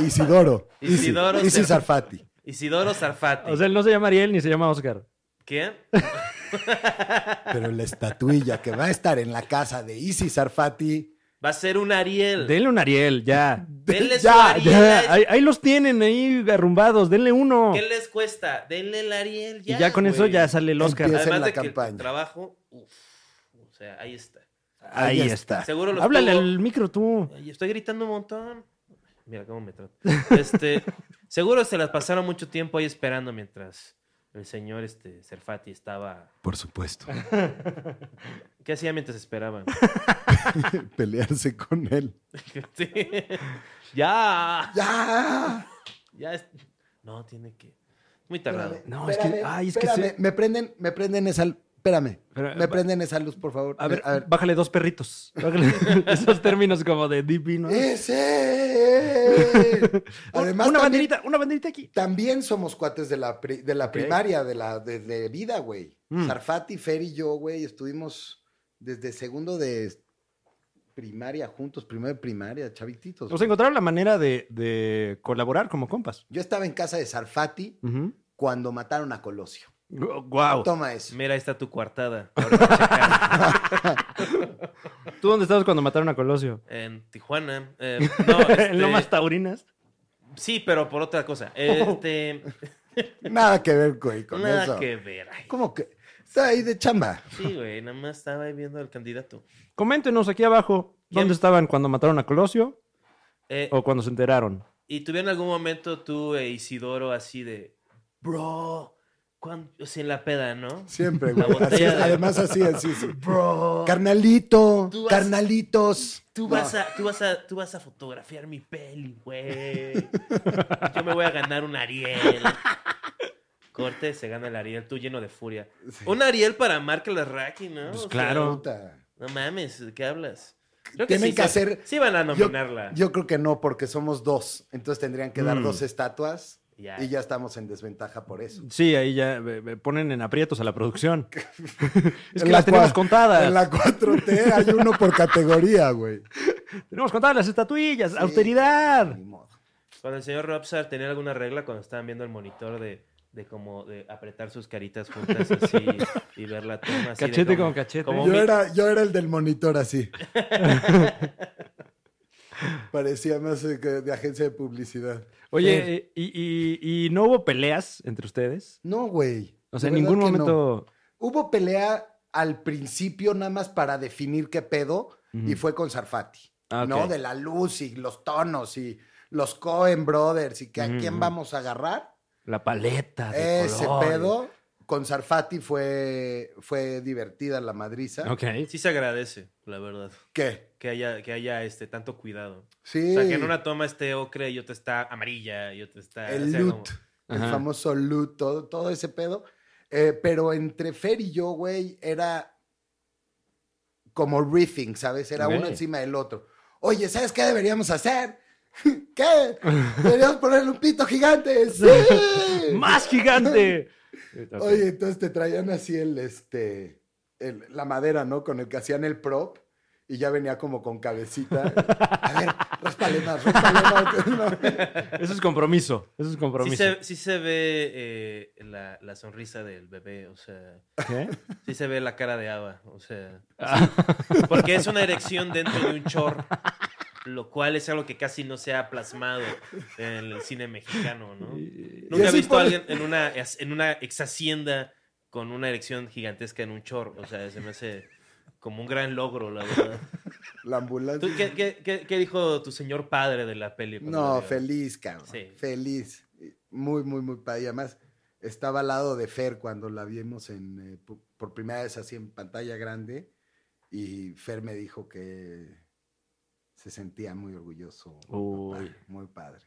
S2: Isidoro.
S1: Isidoro
S2: Isidoro. Isi
S1: Cer-
S2: Sarfati.
S1: Isidoro Zarfati.
S3: O sea, él no se llama Ariel ni se llama Oscar.
S1: ¿Qué?
S2: Pero la estatuilla que va a estar en la casa de Isi Sarfati.
S1: Va a ser un Ariel.
S3: Denle un Ariel, ya.
S1: Denle su
S2: Ya,
S1: Ariel.
S3: Ya, ahí, ahí los tienen ahí arrumbados. Denle uno.
S1: ¿Qué les cuesta? Denle el Ariel ya.
S3: y ya con eso
S1: güey.
S3: ya sale el Oscar.
S2: Empieza.
S1: Además
S2: en la
S1: de que el
S2: campaña.
S1: trabajo, uf, o sea, ahí está.
S3: Ah, Ahí está.
S1: Seguro los
S3: Háblale
S1: tuvo-
S3: al micro tú.
S1: Y estoy gritando un montón. Mira cómo me trato. Este, seguro se las pasaron mucho tiempo ahí esperando mientras el señor este, Serfati estaba.
S2: Por supuesto.
S1: ¿Qué hacía mientras esperaban?
S2: Pelearse con él.
S1: Sí. ya,
S2: ¡Ya!
S1: ya. es- No, tiene que. Muy tardado.
S3: No, es que- ay, es que
S2: espérame.
S3: se-
S2: Me prenden, me prenden esa. Espérame.
S3: Pero,
S2: me
S3: va-
S2: prenden esa luz, por favor.
S3: A ver, bájale dos perritos. Bájale- Esos términos como de divino.
S2: ¡Ese! Eh, Además,
S3: una
S2: también,
S3: banderita, una banderita aquí.
S2: también somos cuates de la, pri- de la primaria, de la de, de vida, güey.
S3: Mm.
S2: Sarfati, Fer y yo, güey, estuvimos desde segundo de primaria juntos, primero de primaria, chavititos.
S3: Pues
S2: güey.
S3: encontraron la manera de, de colaborar como compas.
S2: Yo estaba en casa de Sarfati cuando mataron a Colosio.
S3: Guau.
S2: Toma eso.
S1: Mira, ahí está tu coartada.
S3: ¿Tú dónde estabas cuando mataron a Colosio?
S1: En Tijuana. Eh, no, este,
S3: En Lomas Taurinas.
S1: Sí, pero por otra cosa. Este,
S2: Nada que ver, güey, con
S1: nada
S2: eso.
S1: que ver. Ay,
S2: ¿Cómo que? Está ahí de chamba.
S1: Sí, güey, nada más estaba ahí viendo al candidato.
S3: Coméntenos aquí abajo
S1: Bien.
S3: dónde estaban cuando mataron a Colosio
S1: Eh,
S3: o cuando se enteraron.
S1: ¿Y tuvieron algún momento tú e Isidoro así de, bro, cuando- sin la peda, ¿no?
S2: Siempre,
S1: La
S2: güey. Así,
S1: botella de-
S2: además, así, así, sí.
S1: Bro.
S2: Carnalito,
S1: Tú vas-
S2: carnalitos.
S1: Tú
S2: No.
S1: vas, a, tú, vas a, tú vas a fotografiar mi peli, güey. Yo me voy a ganar un Ariel. Corte, se gana el Ariel, tú lleno de furia. Un Ariel para Marca la Raki, ¿no?
S3: Pues
S1: O sea,
S3: claro.
S2: Puta.
S1: no mames, ¿de qué hablas? Creo
S2: Tienen
S1: sí,
S2: que
S1: sí-
S2: hacer-
S1: Sí, van a
S2: Yo-
S1: nominarla.
S2: Yo, creo que no, porque somos dos. Entonces tendrían que dar
S3: Mm.
S2: dos estatuas
S1: Ya.
S2: y ya estamos en desventaja por eso.
S3: Sí, ahí ya eh, eh, ponen en aprietos a la producción. es que
S2: En
S3: las
S2: cua-
S3: tenemos contadas.
S2: En la 4T hay uno por categoría, güey.
S3: Tenemos contadas las estatuillas,
S2: Sí.
S3: austeridad.
S2: Ni modo.
S1: Cuando el señor Robsar tenía alguna regla cuando estaban viendo el monitor de, de como de apretar sus caritas juntas así y ver la toma así de
S3: Cachete
S1: como-
S3: con cachete.
S1: como
S2: Yo
S1: mi-
S2: era, yo era el del monitor así. Parecía más eh, que de agencia de publicidad.
S3: Oye, eh, y, y- y no hubo peleas entre ustedes?
S2: No, güey.
S3: O sea,
S2: De
S3: en ningún
S2: verdad que no.
S3: momento...
S2: Hubo pelea al principio nada más para definir qué pedo y fue con Sarfati.
S3: Ah, ok.
S2: ¿No? De la luz y los tonos y los Cohen Brothers y que a
S3: Ujú,
S2: quién
S3: ujú.
S2: vamos a agarrar.
S3: La paleta de
S2: Ese
S3: colores.
S2: pedo con Sarfati fue, fue divertida la madriza.
S3: Ok.
S1: Sí se agradece, la verdad,
S2: ¿Qué?
S1: que haya, que haya este tanto cuidado.
S2: Sí.
S1: O sea, que en una toma esté ocre y otra está amarilla y otra está... o
S2: el
S1: sea,
S2: loot,
S1: como-
S2: el
S3: Ajá.
S2: famoso loot, todo, todo ese pedo. Eh, pero entre Fer y yo, güey, era como riffing, ¿sabes? Era uno
S3: Ok.
S2: encima del otro. Oye, ¿sabes qué deberíamos hacer? ¿Qué? Deberíamos ponerle un pito gigante. ¡Sí!
S3: ¡Más gigante!
S2: Oye, entonces te traían así el, este, el- la madera, ¿no? Con el que hacían el prop y ya venía como con cabecita. A ver, ráspale más, ráspale más.
S3: Eso es compromiso. Eso es
S1: Sí
S3: compromiso.
S1: se, sí se ve eh, la, la sonrisa del bebé, o sea,
S3: ¿Qué?
S1: sí se ve la cara de Ava, o sea, porque es una erección dentro de un chor, lo cual es algo que casi no se ha plasmado en el cine mexicano, ¿no? Nunca he
S2: así
S1: visto
S2: por- e-
S1: a alguien en una, en una exhacienda con una erección gigantesca en un chor, o sea, se me hace como un gran logro, la verdad.
S2: La ambulancia.
S1: ¿Tú qué, qué- qué- qué dijo tu señor padre de la peli? cuando la
S2: No,
S1: vio?
S2: feliz, cabrón.
S1: Sí.
S2: Feliz. Muy, muy, muy padre. Y además, estaba al lado de Fer cuando la vimos en, eh, pu- por primera vez así en pantalla grande. Y Fer me dijo que se sentía muy orgulloso. muy
S3: Uy.
S2: papá, muy padre.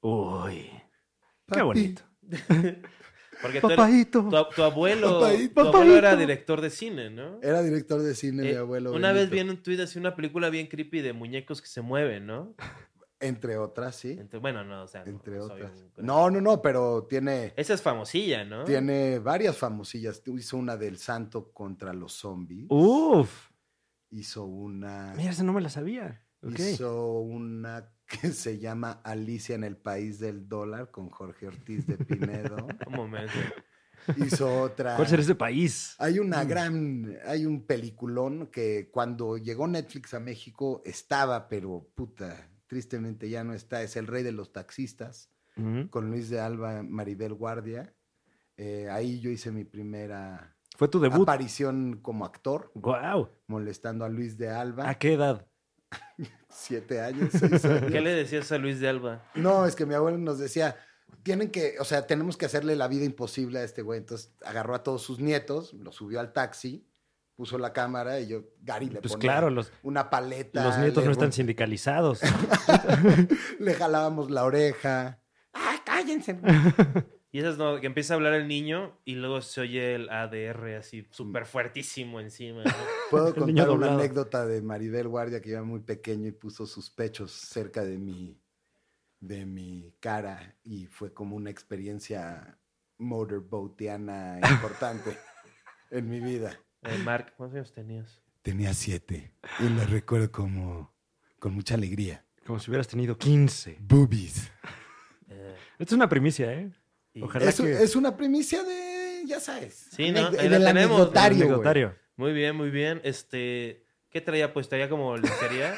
S3: Uy. Qué
S2: Papi.
S3: bonito.
S1: Porque tú, eres-
S3: Papaito.
S1: tu, tu abuelo,
S2: Papaíto.
S1: tu abuelo era
S3: Papaíto.
S1: director de cine, ¿no?
S2: Era director de cine, Eh, mi
S1: Eh,
S2: abuelo.
S1: una vez vi
S2: Benito.
S1: en un tuit así una película bien creepy de muñecos que se mueven, ¿no?
S2: Entre otras, sí.
S1: Entre- bueno, no, o sea, no,
S2: Entre
S1: no soy
S2: otras.
S1: un-
S2: No, no, no, pero tiene,
S1: Esa es famosilla, ¿no?
S2: tiene varias famosillas. Hizo una del santo contra los zombies.
S3: Uf.
S2: Hizo una...
S3: Mira, esa no me la sabía. Ok.
S2: Hizo una que se llama Alicia en el País del Dólar con Jorge Ortiz de Pinedo.
S1: Un momento.
S2: Hizo otra.
S3: ¿Cuál Mm. será ese país?
S2: Hay una gran, hay un peliculón que cuando llegó Netflix a México estaba, pero puta, tristemente ya no está. Es El Rey de los Taxistas
S3: Ujú.
S2: con Luis de Alba, Maribel Guardia. Eh, ahí yo hice mi primera
S3: Fue tu debut.
S2: aparición como actor,
S3: Wow.
S2: molestando a Luis de Alba.
S3: ¿A qué edad?
S2: Siete años, seis años.
S1: ¿Qué le decías a Luis de Alba?
S2: No, es que mi abuelo nos decía, tienen que, o sea, tenemos que hacerle la vida imposible a este güey. Entonces agarró a todos sus nietos, los subió al taxi, puso la cámara y yo, Gary le
S3: Pues
S2: ponía
S3: claro, los,
S2: una paleta.
S3: los nietos
S2: le-
S3: no están sindicalizados.
S2: Le jalábamos la oreja. ¡Ay, cállense!
S1: Y esas no, que empieza a hablar el niño y luego se oye el ADR
S2: Mm.
S1: así súper fuertísimo encima. ¿no?
S2: Puedo
S3: El niño
S2: contar una
S3: doblado.
S2: anécdota de Maribel Guardia que yo era muy pequeño y puso sus pechos cerca de mi, de mi cara y fue como una experiencia motorboatiana importante en mi vida.
S1: Eh, Mark, ¿cuántos años tenías?
S2: Tenía siete. Y la recuerdo como con mucha alegría.
S3: Como si hubieras tenido 15.
S2: Boobies.
S1: Eh,
S3: Esto es una primicia, ¿eh?
S1: y-
S3: Ojalá
S2: Es,
S3: que...
S2: es una primicia de, ya sabes.
S1: Sí, ¿no?
S2: ane-
S1: Ahí la
S2: del
S1: tenemos.
S2: anecdotario,
S3: El
S2: güey.
S3: anecdotario.
S1: Muy bien, muy bien. Este, ¿Qué traía? Pues traía como lencería.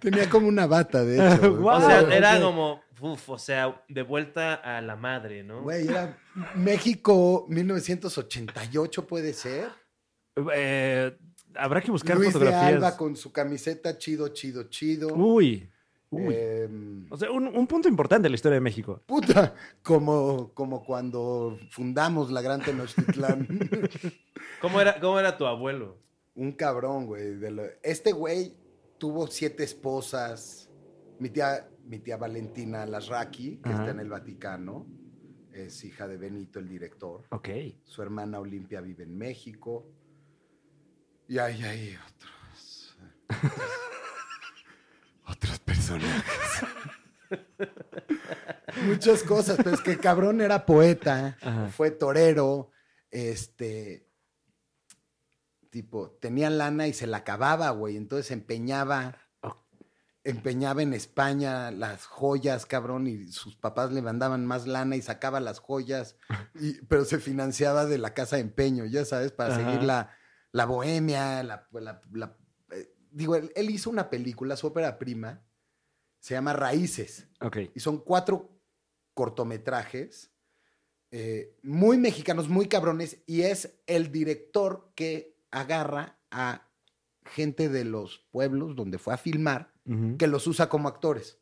S2: Tenía como una bata, de hecho. güey.
S1: o
S3: Guau.
S1: sea,
S3: Ah,
S1: era
S3: ok.
S1: como, uf, o sea, de vuelta a la madre, ¿no?
S2: Güey, era México 1988, puede ser.
S3: Eh, habrá que buscar
S2: Luis de
S3: fotografías.
S2: Alba con su camiseta chido, chido, chido.
S3: Uy, Uy.
S2: Em,
S3: O sea, un, un punto importante de la historia de México.
S2: Puta, como, como cuando fundamos la Gran Tenochtitlán.
S1: ¿Cómo era, cómo era tu abuelo?
S2: Un cabrón, güey. de lo- Este güey tuvo siete esposas. Mi tía, mi tía Valentina Lasraki, que
S3: Ajá.
S2: está en el Vaticano, es hija de Benito, el director.
S3: Ok.
S2: Su hermana Olimpia vive en México. Y ahí hay otros. eh, otros personajes. Muchas cosas, pero es que el cabrón era poeta,
S3: Ajá.
S2: fue torero, este. Tipo, tenía lana y se la acababa, güey. Entonces empeñaba. Empeñaba en España las joyas, cabrón, y sus papás le mandaban más lana y sacaba las joyas. Y- pero se financiaba de la casa de empeño, ya sabes, para
S3: Ajá.
S2: seguir la, la bohemia, la... la- la- eh, digo, él, él hizo una película, su ópera prima, se llama Raíces,
S3: Ok.
S2: y son cuatro cortometrajes eh, muy mexicanos, muy cabrones, y es el director que agarra a gente de los pueblos donde fue a filmar,
S3: Ujú.
S2: que los usa como actores.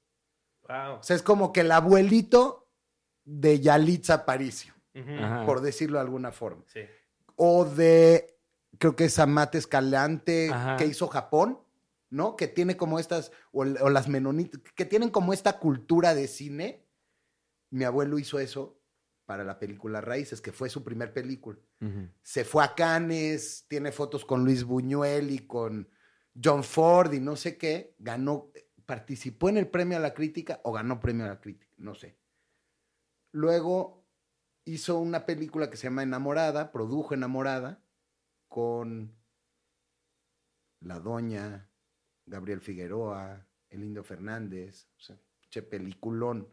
S1: Wow.
S2: O sea, es como que el abuelito de Yalitza Aparicio
S1: Ujú.
S3: Ajá.
S2: por decirlo de alguna forma.
S1: Sí.
S2: O de, creo que es Amate Escalante,
S3: Ajá.
S2: que hizo Japón, ¿no? Que tiene como estas, o, l- o las menonitas, que tienen como esta cultura de cine. Mi abuelo hizo eso para la película Raíces, que fue su primer película.
S3: Ujú.
S2: Se fue a Cannes, tiene fotos con Luis Buñuel y con John Ford y no sé qué. Ganó, participó en el premio a la crítica o ganó premio a la crítica, no sé. Luego hizo una película que se llama Enamorada, produjo Enamorada con la doña Gabriel Figueroa, el Indio Fernández, o sea, che peliculón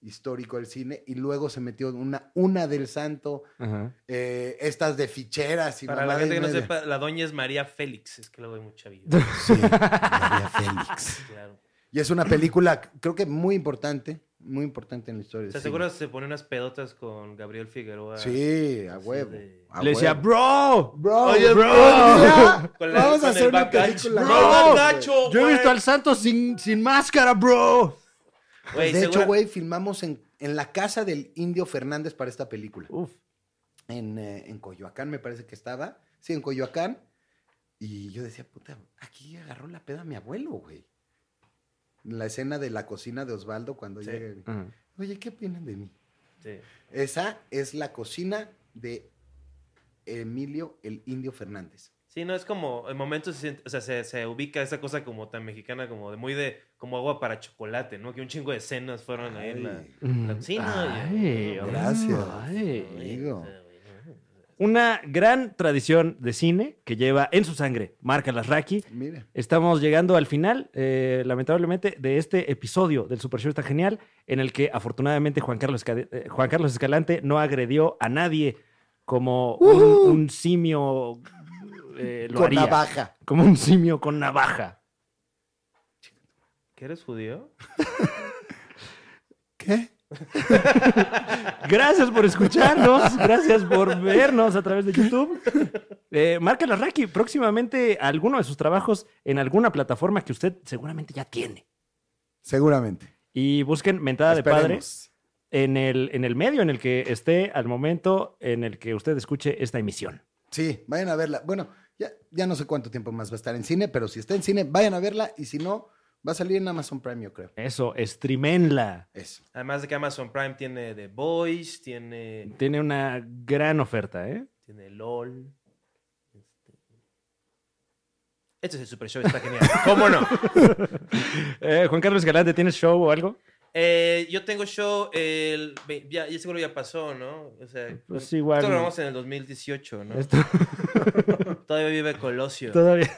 S2: histórico del cine, y luego se metió una, una del santo,
S3: Ajá.
S2: eh, estas de ficheras y
S1: Para la
S2: mamadas
S1: gente que no
S2: media.
S1: sepa, la doña es María Félix. Es que luego hay mucha vida. pues,
S2: Sí, María Félix.
S1: Claro.
S2: Y es una película, creo que muy importante, muy importante en la historia. del
S1: ¿Te
S2: cine.
S1: aseguras se pone unas pedotas con Gabriel Figueroa?
S2: Sí, a
S1: Así
S2: huevo.
S1: de-
S2: a
S3: Le decía,
S2: huevo.
S3: bro.
S2: Ah, Bro,
S1: Oye,
S2: bro,
S1: bro.
S2: ya,
S1: Con la-
S2: vamos
S1: con
S2: a hacer
S1: el
S2: una
S1: bacacho.
S2: película.
S1: Bro,
S2: Bro,
S1: bacacho.
S3: Yo he
S1: güey.
S3: visto al Santos sin, sin máscara, bro.
S1: Güey,
S2: de hecho,
S1: segura-
S2: güey, filmamos en, en la casa del Indio Fernández para esta película.
S3: Uf.
S2: En, eh, en Coyoacán, me parece que estaba. Sí, en Coyoacán. Y yo decía, puta, aquí agarró la peda mi abuelo, güey. La escena de la cocina de Osvaldo cuando
S1: Sí.
S2: llega.
S3: Ajá.
S2: Oye, ¿qué opinan de mí?
S1: Sí.
S2: Esa es la cocina de Emilio el Indio Fernández.
S1: Sí, no, es como, en momentos se, siente- o sea, se, se ubica esa cosa como tan mexicana, como de muy de, como agua para chocolate, ¿no? Que un chingo de cenas fueron ahí en la,
S2: Ay.
S1: en la cocina.
S3: Mm. Ay,
S1: y-
S2: gracias.
S3: ay.
S2: amigo.
S3: Una gran tradición de cine que lleva en su sangre marca las Raki.
S2: Mira.
S3: Estamos llegando al final, eh, lamentablemente, de este episodio del Super Show tan genial, en el que afortunadamente Juan Carlos, Esca- eh, Juan Carlos Escalante no agredió a nadie como un- un, simio eh, lo
S2: Con
S3: haría.
S2: navaja.
S3: Como un simio con navaja.
S1: ¿Qué eres judío?
S2: ¿Qué?
S3: Gracias por escucharnos, gracias por vernos a través de YouTube. Eh, marca las Raki, próximamente alguno de sus trabajos en alguna plataforma que usted seguramente ya tiene.
S2: Seguramente.
S3: Y busquen Mentada de Padre.
S2: Esperemos.
S3: en el, en el medio en el que esté al momento en el que usted escuche esta emisión.
S2: Sí, vayan a verla. Bueno, ya, ya no sé cuánto tiempo más va a estar en cine, pero si está en cine, vayan a verla y si no, va a salir en Amazon Prime, yo creo.
S3: Eso, streamenla.
S2: Eso.
S1: Además de que Amazon Prime tiene The Voice, tiene,
S3: Tiene una gran oferta, ¿eh?
S1: tiene LOL. Este... Este es el Super Show, está genial. ¿Cómo no?
S3: Eh, Juan Carlos Galante, ¿tienes show o algo?
S1: Eh, yo tengo show el. ve- Ya, ya seguro ya pasó, ¿no? O sea,
S3: Pues igual.
S1: Esto lo grabamos en el 2018, ¿no?
S3: Esto-
S1: Todavía vive Colosio.
S3: todavía.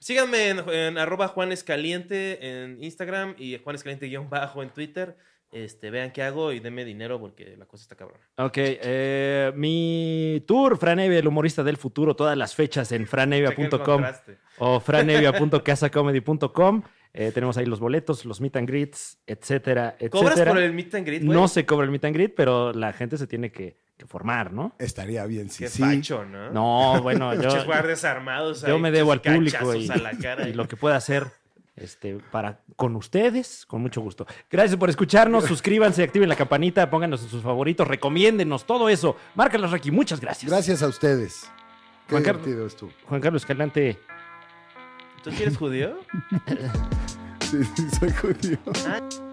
S1: Síganme en, en arroba Juan Escaliente en Instagram y Juan Escaliente guión bajo en Twitter. Este, vean qué hago y denme dinero porque la cosa está cabrona.
S3: Ok, eh, mi tour, Fran Evia, el humorista del futuro, todas las fechas
S1: Chequen
S3: en
S1: el
S3: franevia.com
S1: contraste.
S3: o franevia.casacomedy.com. Eh, tenemos ahí los boletos, los meet and greets, etcétera,
S1: ¿Cobras
S3: etcétera.
S1: por el meet and greet, güey?
S3: No se cobra el meet and greet, pero la gente se tiene que, que formar, ¿no?
S2: Estaría bien, sí.
S1: Qué
S2: sí.
S1: facho, ¿no?
S3: No, bueno, yo,
S1: Muchos guardias armados.
S3: yo
S1: ahí,
S3: me debo al
S1: muchos
S3: público y,
S1: cachazos a la cara.
S3: y lo que pueda hacer. este, para con ustedes, con mucho gusto. Gracias por escucharnos, suscríbanse, activen la campanita, pónganos en sus favoritos, recomiéndenos, todo eso. Márcalas, Raki, muchas gracias.
S2: Gracias a ustedes. Qué
S3: Juan Carlos-
S2: divertido estuvo.
S3: Juan Carlos Escalante.
S1: ¿Tú sí eres judío?
S2: Sí, sí, soy judío.